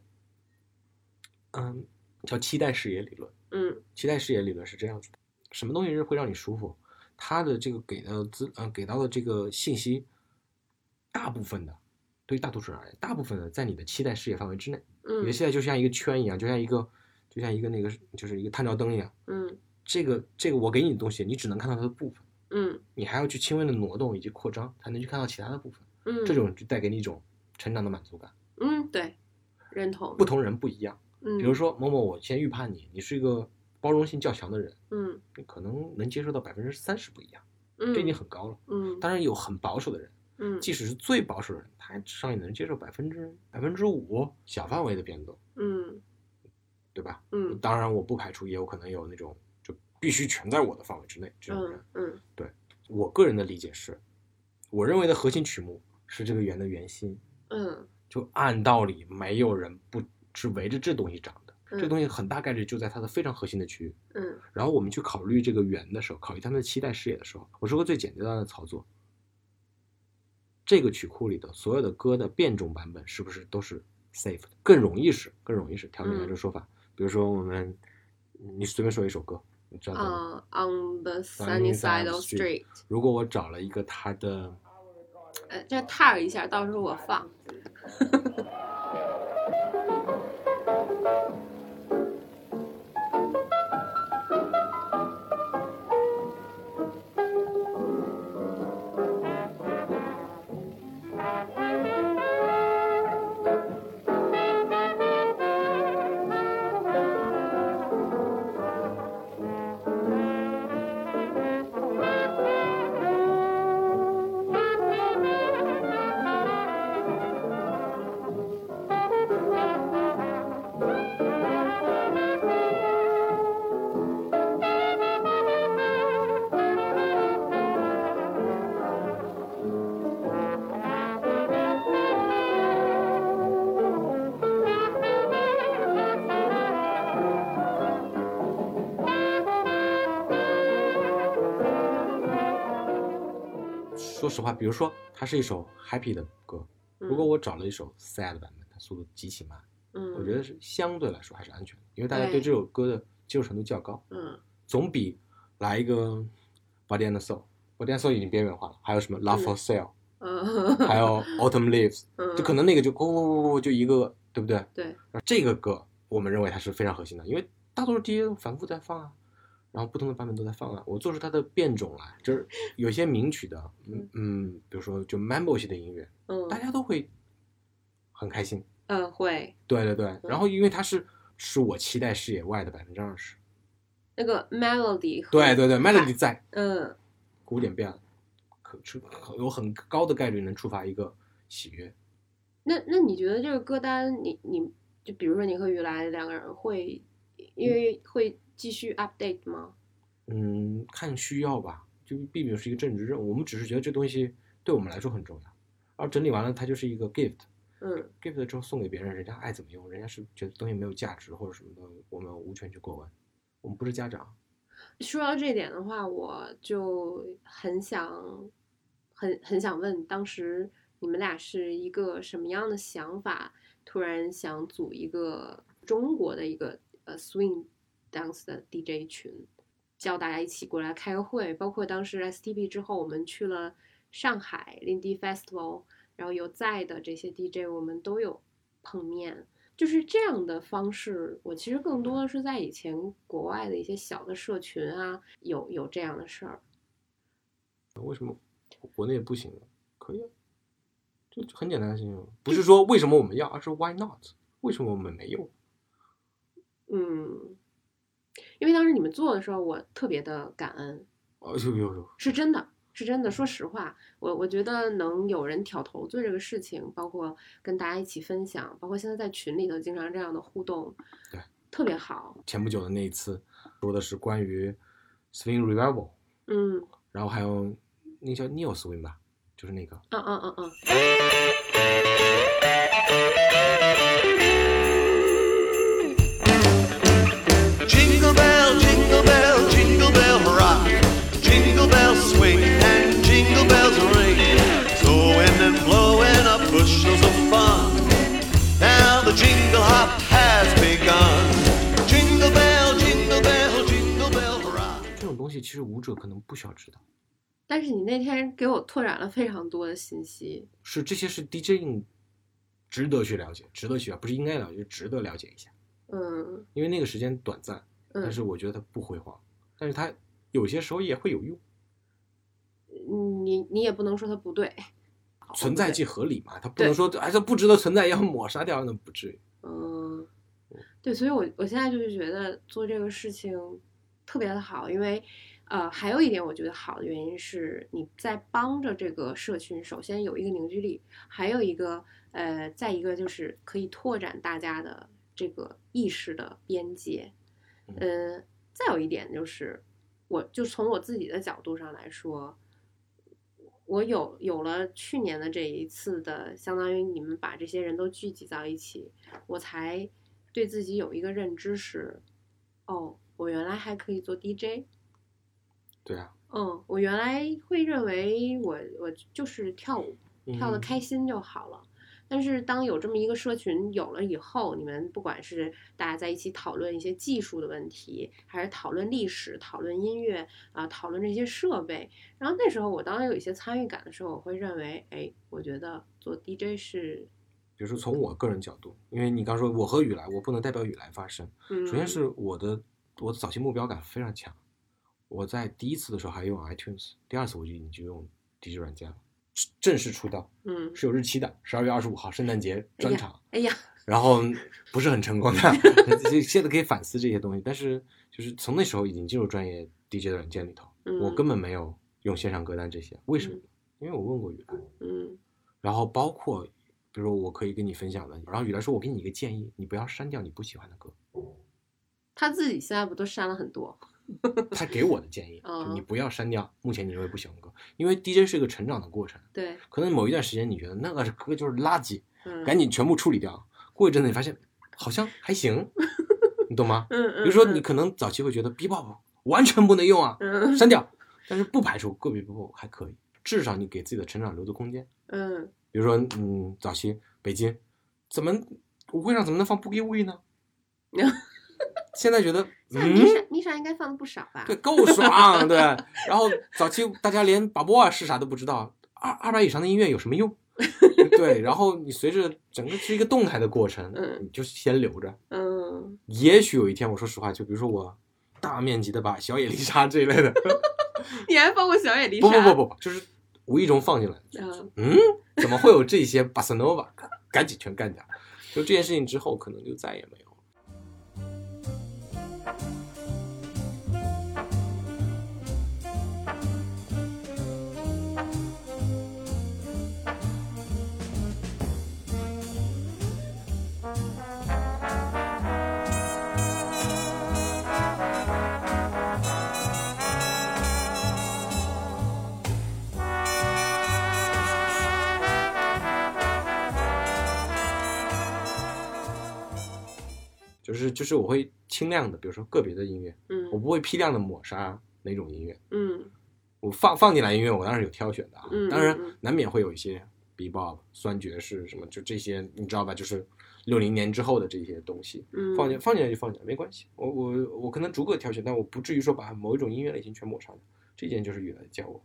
嗯，叫期待视野理论。嗯期待视野理论是这样子的：什么东西是会让你舒服？它的这个给的资，呃，给到的这个信息，大部分的，对于大多数人而言，大部分的在你的期待视野范围之内。你的嗯期待就像一个圈一样，就像一个，就像一个那个，就是一个探照灯一样。嗯这个这个我给你的东西，你只能看到它的部分，嗯你还要去轻微的挪动以及扩张，才能去看到其他的部分。嗯，这种就带给你一种成长的满足感。嗯对，认同不。同人不一样，嗯，比如说某某，我先预判你，你是一个包容性较强的人，嗯你可能能接受到百分之三十不一样，嗯，这已经很高了。嗯当然有很保守的人，嗯即使是最保守的人，他至少也能接受百分之百分之五小范围的变动，嗯。对吧？嗯当然，我不排除也有可能有那种就必须全在我的范围之内这种人嗯。嗯我个人的理解是，我认为的核心曲目是这个圆的圆心。嗯就按道理，没有人不是围着这东西长的，嗯这东西很大概率就在它的非常核心的区域。嗯然后我们去考虑这个圆的时候，考虑他们的期待视野的时候，我说个最简单的操作：这个曲库里的所有的歌的变种版本是不是都是 safe 的？嗯更容易是，更容易是。调整一下这个说法，比如说我们，你随便说一首歌，你知道这个吗？呃、o n the sunny side of street，如果我找了一个他的，呃，这 tag 一下，到时候我放。说实话，比如说它是一首 happy 的歌，嗯如果我找了一首 sad 版本，它速度极其慢，嗯，我觉得是相对来说还是安全的，因为大家对对这首歌的接受程度较高，嗯，总比来一个 Body and Soul。Body and Soul 已经边缘化了，还有什么 Love for Sale，、嗯，还有 Autumn Leaves， 嗯，就可能那个就咕咕咕咕就一个，对不对？对，那这个歌我们认为它是非常核心的，因为大多数 DJ 反复在放啊，然后不同的版本都在放啊，我做出它的变种来，就是有些名曲的，嗯嗯，比如说就 mambo 系的音乐，嗯大家都会很开心。嗯会对对对，然后因为它是是我期待视野外的百分之二十，那个 melody 和对对对，melody 在嗯鼓点变了，可触有很高的概率能触发一个喜悦。那那你觉得这个歌单你，你就比如说你和于来两个人会，因为会继续 update 吗？嗯，看需要吧，就避免是一个政治任务。我们只是觉得这东西对我们来说很重要，然后整理完了，它就是一个 gift，gift 嗯了之后送给别人，人家爱怎么用，人家是觉得东西没有价值或者什么的，我们无权去过问。我们不是家长，说到这点的话，我就很想，很很想问，当时你们俩是一个什么样的想法？突然想组一个中国的一个呃 swing dance 的 DJ 群，叫大家一起过来开个会。包括当时 STP 之后，我们去了上海 Lindy Festival，然后有在的这些 DJ，我们都有碰面。就是这样的方式，我其实更嗯多的是在以前国外的一些小的社群啊，有有这样的事儿。为什么国内不行？可以啊，就就很简单的事情，不是说为什么我们要，而是 why not？为什么我们没有？嗯，因为当时你们做的时候，我特别的感恩，哦，有有有，是真的，是真的。说实话，我我觉得能有人挑头做这个事情，包括跟大家一起分享，包括现在在群里头经常这样的互动，对，特别好。前不久的那一次说的是关于 swing revival，嗯，然后还有那叫 neo swing 吧，就是那个。嗯嗯嗯嗯， Jingle bell, jingle bell, jingle bell rock. Jingle bells swing and jingle bells ring. Snowing and blowing up bushels of fun. Now the jingle hop has begun. Jingle bell, jingle bell, jingle bell rock. 这种东西其实舞者可能不需要知道，但是你那天给我拓展了非常多的信息。是这些是 DJing 值得去了解，值得去啊，不是应该了解，就值得了解一下。嗯因为那个时间短暂，但嗯是，我觉得它不辉煌，但是它有些时候也会有用，你你也不能说它不对。存在即合理嘛，它不能对说哎这不值得存在要抹杀掉，那不至于。嗯，对，所以我我现在就是觉得做这个事情特别的好，因为呃，还有一点我觉得好的原因是你在帮着这个社群，首先有一个凝聚力，还有一个呃，再一个就是可以拓展大家的这个意识的边界。嗯、再有一点就是，我就从我自己的角度上来说，我有有了去年的这一次的，相当于你们把这些人都聚集到一起，我才对自己有一个认知是，哦，我原来还可以做 DJ。对啊，嗯，我原来会认为我我就是跳舞，跳的嗯开心就好了。但是当有这么一个社群有了以后，你们不管是大家在一起讨论一些技术的问题，还是讨论历史、讨论音乐啊、讨论这些设备，然后那时候我当有一些参与感的时候，我会认为，哎，我觉得做 DJ 是，比如说从我个人角度，因为你刚说我和雨来，我不能代表雨来发声。嗯，首先是我的我早期目标感非常强，我在第一次的时候还用 iTunes，第二次我就已经就用 DJ 软件了。正式出道嗯，是有日期的，十二月二十五号圣诞节专场，哎呀，然后不是很成功的，所以现在可以反思这些东西。但是就是从那时候已经进入专业 DJ 的软件里头，嗯我根本没有用线上歌单这些，为什么呢？因为我问过雨来，嗯然后包括比如我可以跟你分享的，然后雨来说我给你一个建议，你不要删掉你不喜欢 的歌，他自己现在不都删了很多？他给我的建议，嗯就你不要删掉目前你认为不喜欢的歌，因为 DJ 是一个成长的过程，对，可能某一段时间你觉得那个歌就是垃圾，嗯，赶紧全部处理掉，过一阵子你发现好像 还行，你懂吗？嗯，嗯嗯，比如说你可能早期会觉得 B-pop 完全不能用啊，嗯，删掉，但是不排除个别 B-pop 还可以，至少你给自己的成长留的空间。嗯比如说，嗯，早期北京怎么舞会上怎么能放 Boogie Woogie 呢？现在觉得，像 Nisa 嗯， Nisa 应该放的不少吧？对，够爽，对。然后早期大家连把波啊是啥都不知道，二二百以上的音乐有什么用？ 对，然后你随着整个是一个动态的过程，嗯你就先留着。嗯，也许有一天，我说实话，就比如说我大面积的把小野丽莎这一类的，你还放过小野丽莎？不不不不不，就是无意中放进来，嗯嗯，怎么会有这些巴塞诺瓦？赶紧全干掉！就这件事情之后，可能就再也没有了。就是就是我会轻量的，比如说个别的音乐，我嗯不会批量的抹杀哪种音乐。嗯我放放进来音乐，我当然是有挑选的啊，嗯嗯当然嗯难免会有一些 bebop、酸爵士什么，就这些你知道吧？就是六零年之后的这些东西，嗯，放进放进来就放进来，没关系。我我我可能逐个挑选，但我不至于说把某一种音乐类型全抹杀掉。这一点就是雨来教我的。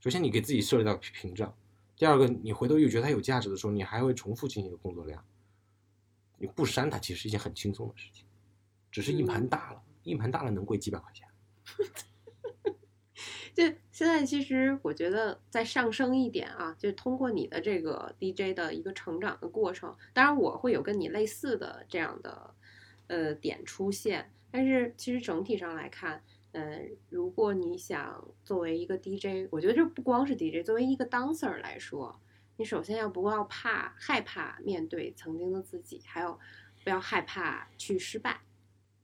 首先，你给自己设立到屏障；第二个，你回头又觉得它有价值的时候，你还会重复进行一个工作量。你不删它，其实是一件很轻松的事情，只是硬嗯盘大了，硬盘大了能贵几百块钱。就现在，其实我觉得再上升一点啊，就是通过你的这个 DJ 的一个成长的过程，当然我会有跟你类似的这样的呃点出现，但是其实整体上来看，呃，如果你想作为一个 DJ，我觉得这不光是 DJ，作为一个 dancer 来说，你首先要不要怕害怕面对曾经的自己，还有不要害怕去失败，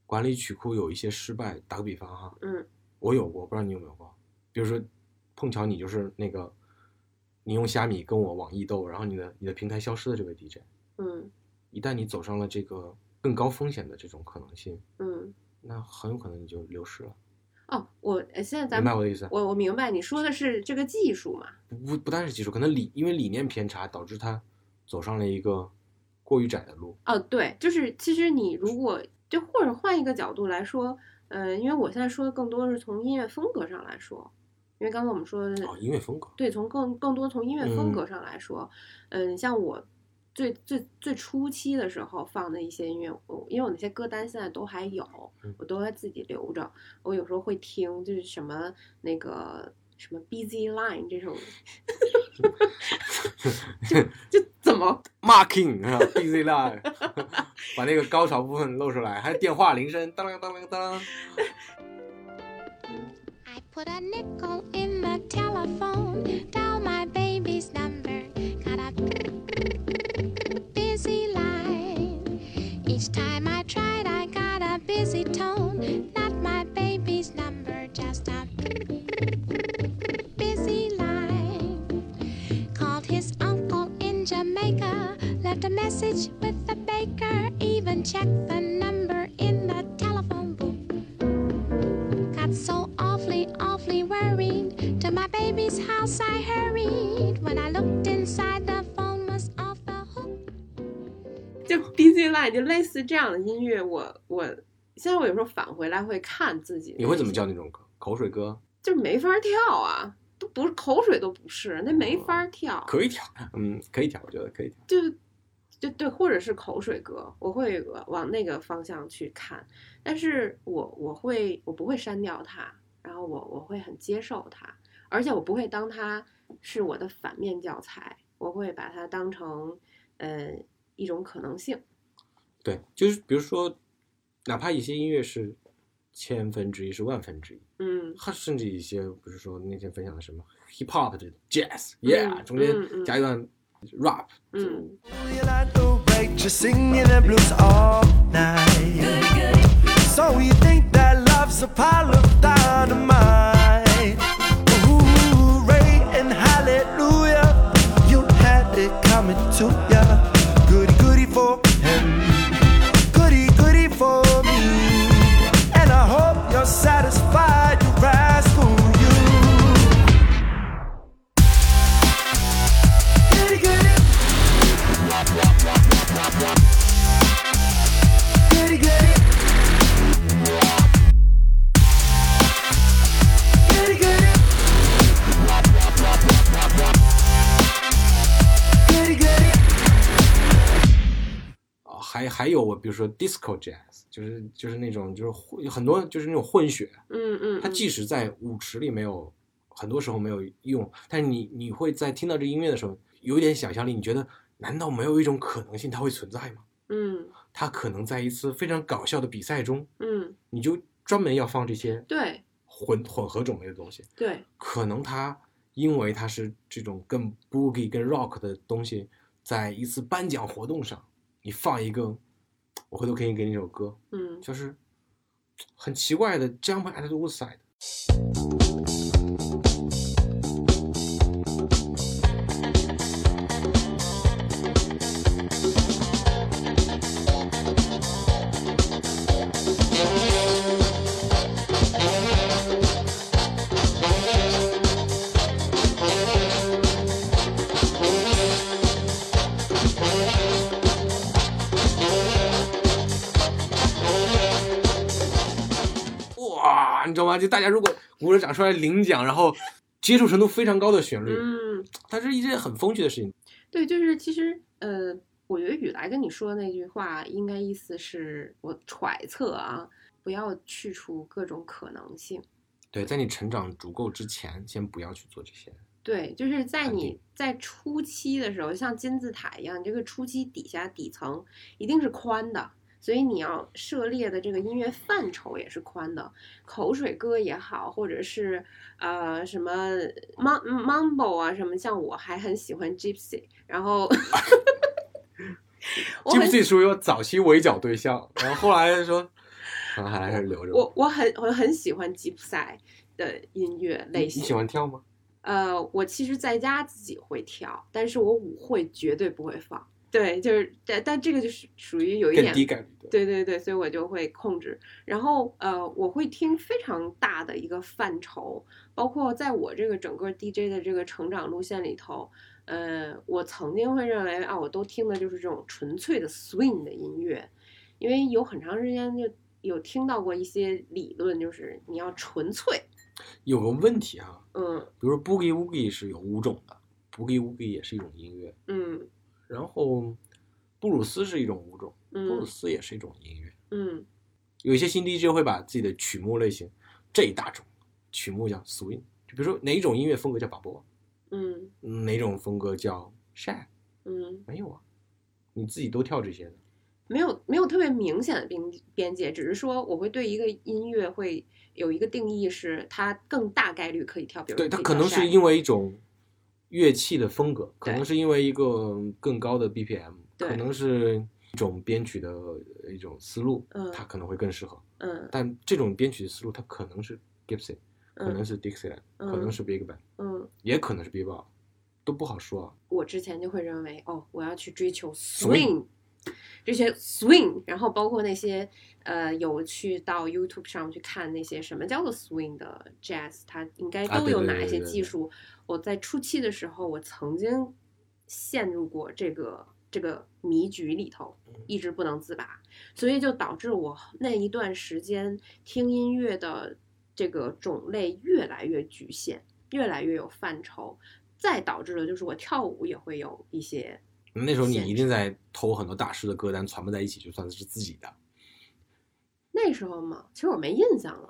管理曲库有一些失败，打个比方哈，嗯我有过，不知道你有没有过。比如说，碰巧你就是那个，你用虾米跟我网易斗，然后你的你的平台消失的这位 DJ，嗯一旦你走上了这个更高风险的这种可能性，嗯，那很有可能你就流失了。哦，我呃现在咱明白们我的意思？我我明白你说的是这个技术嘛。不不不单是技术，可能理因为理念偏差导致他走上了一个过于窄的路。哦，对，就是其实你如果就或者换一个角度来说，呃，因为我现在说的更多是从音乐风格上来说，因为刚才我们说的哦，音乐风格，对，从更更多从音乐风嗯格上来说，嗯，像我最最最初期的时候放的一些音乐，我因为我那些歌单现在都还有嗯，我都在自己留着。我有时候会听，就是什么那个什么 Busy Line 这种， 就就怎么 marking 啊，busy line，把 那个高潮部分露出来，还有电话铃声，当啷当啷当啷。 I put a nickel in the telephone, dial my baby's number, got a busy line. Each time I tried, I got a busy tone, not my baby's number, just a busy line. Called his uncle in Jamaica, left a message with the baker, even checked the number in the telephone book got so awfully, awfully worried. To my baby's house I hurried. When I looked inside, the phone was off the hook. Fly》，就类似这样的音乐，我我现在我有时候返回来会看自己，你会怎么叫那种歌？口水歌就没法跳啊，都不是口水都不是，那没法跳，哦可以调，嗯，可以调，我觉得可以调。就就对，或者是口水歌，我会往那个方向去看，但是我我会我不会删掉它，然后我我会很接受它，而且我不会当它是我的反面教材，我会把它当成呃一种可能性。对，就是比如说，哪怕一些音乐是千分之一，是万分之一，嗯，它甚至一些，比如说那天分享的什么 hip hop 的 jazz，yeah，、中间嗯嗯加一段 rap，嗯， You like the way you're singing the blues all night. So you think that love's a pile of dynamite. Hooray and hallelujah. You had it coming to ya. Goody, goody for him. Goody, goody for me. And I hope you're satisfied, you rascal, you. Goody, goody. Goody, goody. Goody, goody. Goody, goody. 啊还还有我比如说 disco jazz，就是就是那种就是混很多就是那种混血，嗯嗯，它嗯即使在舞池里没有，很多时候没有用，但是你你会在听到这音乐的时候，有一点想象力，你觉得难道没有一种可能性它会存在吗？嗯它可能在一次非常搞笑的比赛中，嗯，你就专门要放这些对混混合种类的东西，对，可能它因为它是这种更 boogie 跟 rock 的东西，在一次颁奖活动上，你放一个，我回头可以给你一首歌，嗯就是很奇怪的 Jump at the Woodside。哇，你知道吗？就大家如果鼓着掌出来领奖，然后接受程度非常高的旋律，嗯，它是一件很风趣的事情。对，就是其实呃，我觉得雨来跟你说的那句话，应该意思是我揣测啊，不要去除各种可能性。对，在你成长足够之前，先不要去做这些。对，就是在肯你定在初期的时候，像金字塔一样，你这个初期底下底层一定是宽的，所以你要涉猎的这个音乐范畴也是宽的，口水歌也好，或者是呃什么 mum mumble 啊什么，像我还很喜欢 gypsy，然后 我很 Gypsy 属于我早期围剿 对象，然后后来说，然后还是留着吧。我我很我很喜欢吉普赛的音乐你类你型。喜欢跳吗？呃，我其实在家自己会跳，但是我舞会绝对不会放。对，就是但但这个就是属于有一更点低概率的。对对对，所以我就会控制。然后呃，我会听非常大的一个范畴，包括在我这个整个 DJ 的这个成长路线里头，呃，我曾经会认为啊，我都听的就是这种纯粹的 swing 的音乐，因为有很长时间就有听到过一些理论，就是你要纯粹，有个问题啊，嗯比如说 Boogie Woogie 是有五种的，Boogie Woogie 也是一种音乐，嗯然后布鲁斯是一种舞种，布鲁嗯斯也是一种音乐。嗯有一些新 DJ 会把自己的曲目类型这一大种曲目叫 swing，就比如说哪一种音乐风格叫 b b 嗯 b 哪种风格叫 shag，嗯，没有啊，你自己都跳这些的。没有没有特别明显的边边界，只是说我会对一个音乐会有一个定义，是它更大概率可以跳，比如对，它以可跳能山是因为一种乐器的风格，可对能是因为一个更高的 BPM，对可能是一种编曲的一种思路，嗯它可能会更适合。嗯但这种编曲思路，它可能是 Gibson，可能嗯是 Dixieland，、嗯可能是 Big Band，嗯，也可能是 Bebop，都不好说啊。我之前就会认为哦，我要去追求 Swing swing。这些 swing，然后包括那些呃，有去到 YouTube 上去看那些什么叫做 swing 的 jazz，它应该啊都对有对哪对一些对对技术？我在初期的时候，我曾经陷入过这个这个迷局里头，嗯一直不能自拔，所以就导致我那一段时间听音乐的这个种类越来越局限，越来越有范畴，再导致了就是我跳舞也会有一些，那时候你一定在偷很多大师的歌单，攒不在一起，就算是自己的。那时候嘛，其实我没印象 了。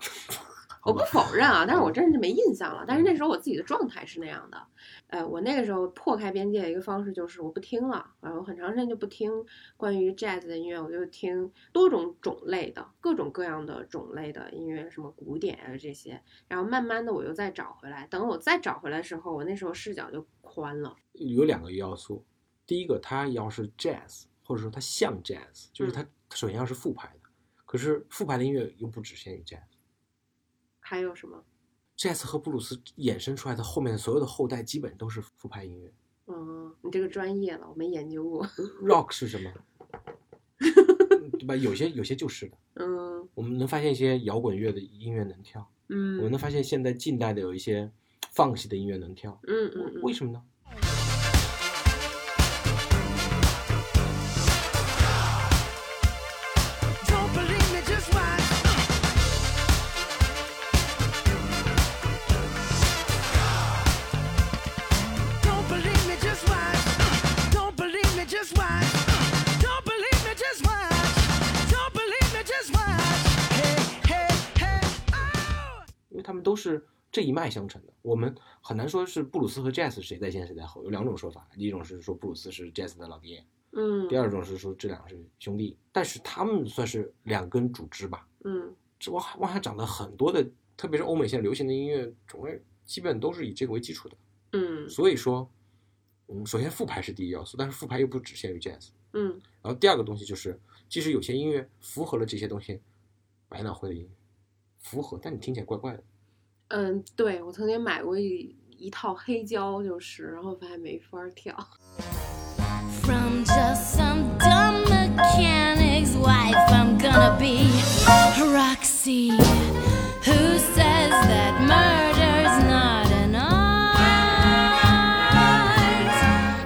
我不吧嗯否认啊，但是我真是没印象了。但是那时候我自己的状态是那样的，呃，我那个时候破开边界的一个方式就是我不听了，然后很长时间就不听关于 jazz 的音乐，我就听多种种类的各种各样的种类的音乐，什么古典啊这些。然后慢慢的我又再找回来，等我再找回来的时候，我那时候视角就宽了。有两个要素，第一个它要是 jazz，或者说它像 jazz，就是嗯它首先要是复排的，可是复排的音乐又不只限于 jazz。还有什么？ jazz 和布鲁斯衍生出来的后面的所有的后代基本都是复排音乐。嗯，你这个专业了，我没研究过。 rock 是什么？对吧？有些有些就是的，嗯我们能发现一些摇滚乐的音乐能跳，我们嗯能发现现在近代的有一些放弃的音乐能跳，嗯嗯为什么呢？ Don't believe me, just watch. Don't believe me, just watch. Don't believe me, just watch. Don't believe me, just watch. Don't believe me, just watch. Hey, hey, hey, oh. 因为他们都是这一脉相承的。我们很难说是布鲁斯和 jazz 谁在先谁在后，有两种说法，一种是说布鲁斯是 jazz 的老爹，嗯第二种是说这两个是兄弟，但是他们算是两根主枝吧。嗯这往下往下长的很多的，特别是欧美现在流行的音乐种类，基本都是以这个为基础的。嗯所以说，嗯，首先复排是第一要素，但是复排又不只限于 jazz。嗯然后第二个东西就是，即使有些音乐符合了这些东西，百老汇的音乐符合，但你听起来怪怪的。嗯，对我曾经买过一一套黑胶，就是，然后发现没法儿跳。 From just some dumb mechanic's wife, I'm gonna be Roxy, who says that murder's not an art,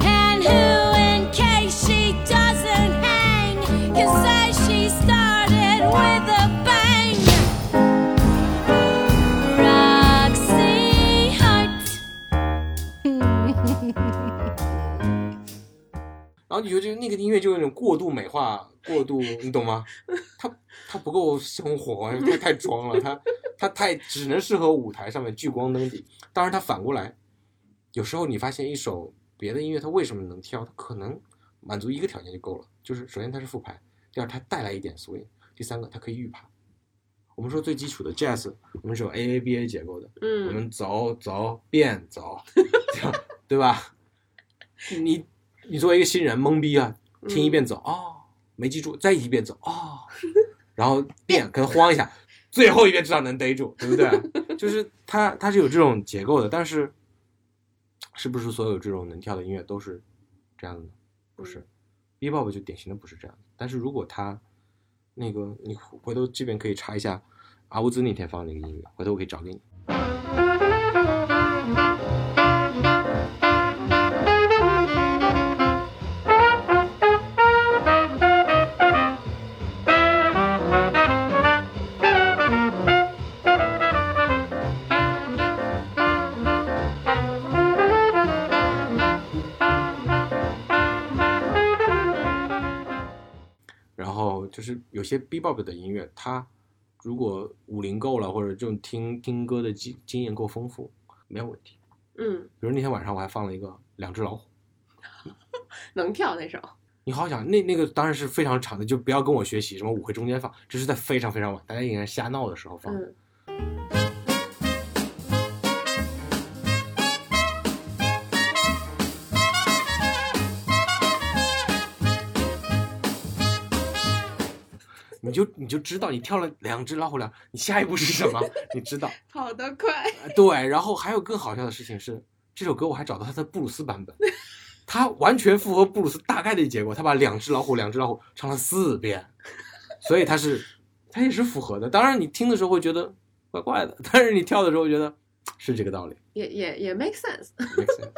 and who, in case she doesn't hang, can say she started with a bang. Roxy Hart. 然后你觉得这个那个音乐就有种过度美化、过度，你懂吗？它它不够生活，它太装了，它它太只能适合舞台上面聚光灯底。当然，它反过来，有时候你发现一首别的音乐，它为什么能跳？它可能满足一个条件就够了，就是首先它是复盘，第二它带来一点swing，第三个它可以预判。我们说最基础的 jazz，我们是有 A A B A 结构的，我嗯们走走变走，这样对吧？你你作为一个新人懵逼啊，听一遍走、哦，没记住，再一遍走哦，然后变可能慌一下，最后一遍至少能逮住，对不对？就是它它是有这种结构的，但是是不是所有这种能跳的音乐都是这样的呢？不是，B-pop 就典型的不是这样的。但是如果它那个你回头这边可以查一下阿乌兹那天放的那个音乐，回头我可以找给你。然后就是有些 B-bop 的音乐，它如果舞龄够了，或者这种听听歌的经经验够丰富，没有问题。嗯，比如那天晚上我还放了一个《两只老虎》，能跳那首。你好好想，那那个当然是非常长的，就不要跟我学习什么舞会中间放，这是在非常非常晚，大家应该瞎闹的时候放。嗯你就你就知道你跳了两只老虎两，你下一步是什么？你知道。跑得快。呃对，然后还有更好笑的事情是，这首歌我还找到它的布鲁斯版本，它完全符合布鲁斯大概的结果。他把两只老虎，两只老虎唱了四遍，所以它是它也是符合的。当然你听的时候会觉得怪怪的，但是你跳的时候觉得是这个道理。也也也 make sense。 make sense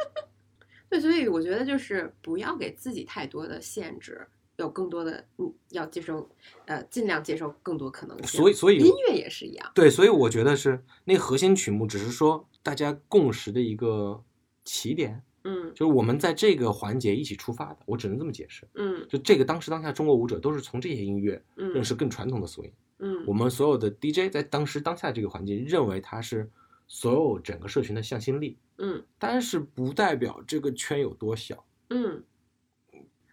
对，所以我觉得就是不要给自己太多的限制，有更多的你要接受，呃，尽量接受更多可能性。所以所以音乐也是一样，对，所以我觉得是那个核心曲目，只是说大家共识的一个起点，嗯就是我们在这个环节一起出发的，我只能这么解释。嗯就这个当时当下中国舞者都是从这些音乐嗯，认识更传统的swing，、嗯，我们所有的 DJ 在当时当下这个环境认为它是所有整个社群的向心力，嗯但是不代表这个圈有多小。嗯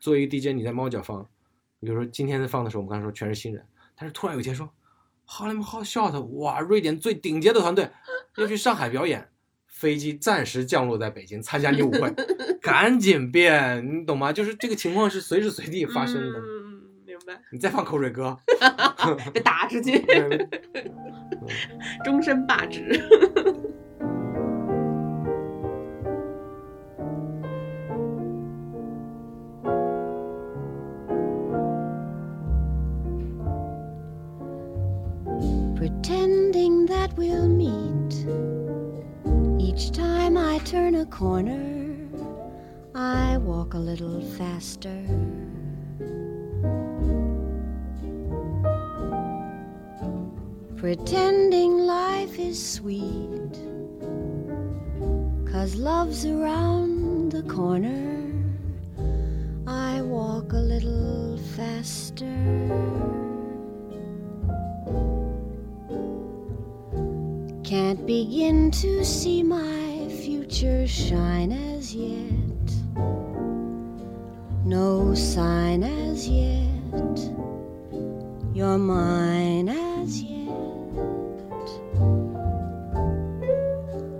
作为一个 DJ，你在猫脚放，比如说今天在放的时候，我们刚才说全是新人，但是突然有一天说，Harlem Hot Shot，哇，瑞典最顶尖的团队要去上海表演，飞机暂时降落在北京参加你舞会，赶紧变，你懂吗？就是这个情况是随时随地发生的。嗯，明白，你再放口水歌， 被打出去，终身罢职。 pretending that we'll meet. Each time I turn a corner, I walk a little faster. Pretending life is sweet, cause love's around the corner. I walk a little faster. Can't begin to see my future shine as yet. No sign as yet. You're mine as yet.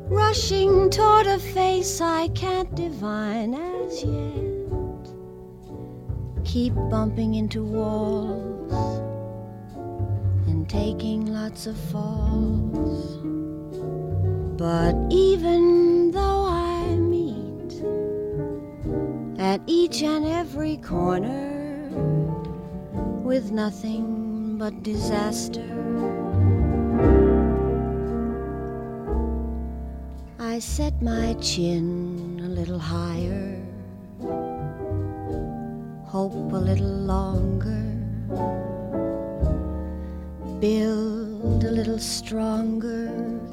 Rushing toward a face I can't divine as yet. Keep bumping into walls and taking lots of falls. But even though I meet at each and every corner with nothing but disaster, I set my chin a little higher, hope a little longer build a little stronger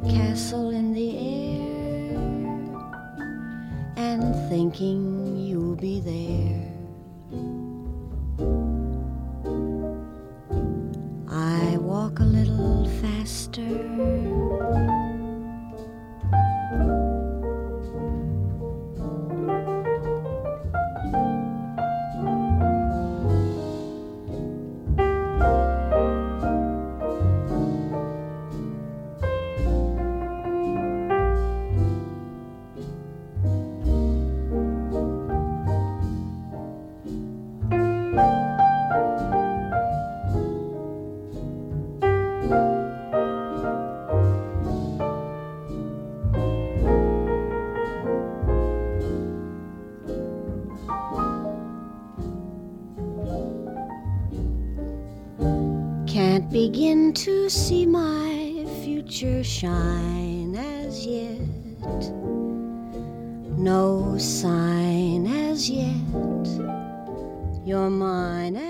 castle in the air and thinking you'll be there. I walk a little faster. Can't begin to see my future shine as yet. No sign as yet. You're mine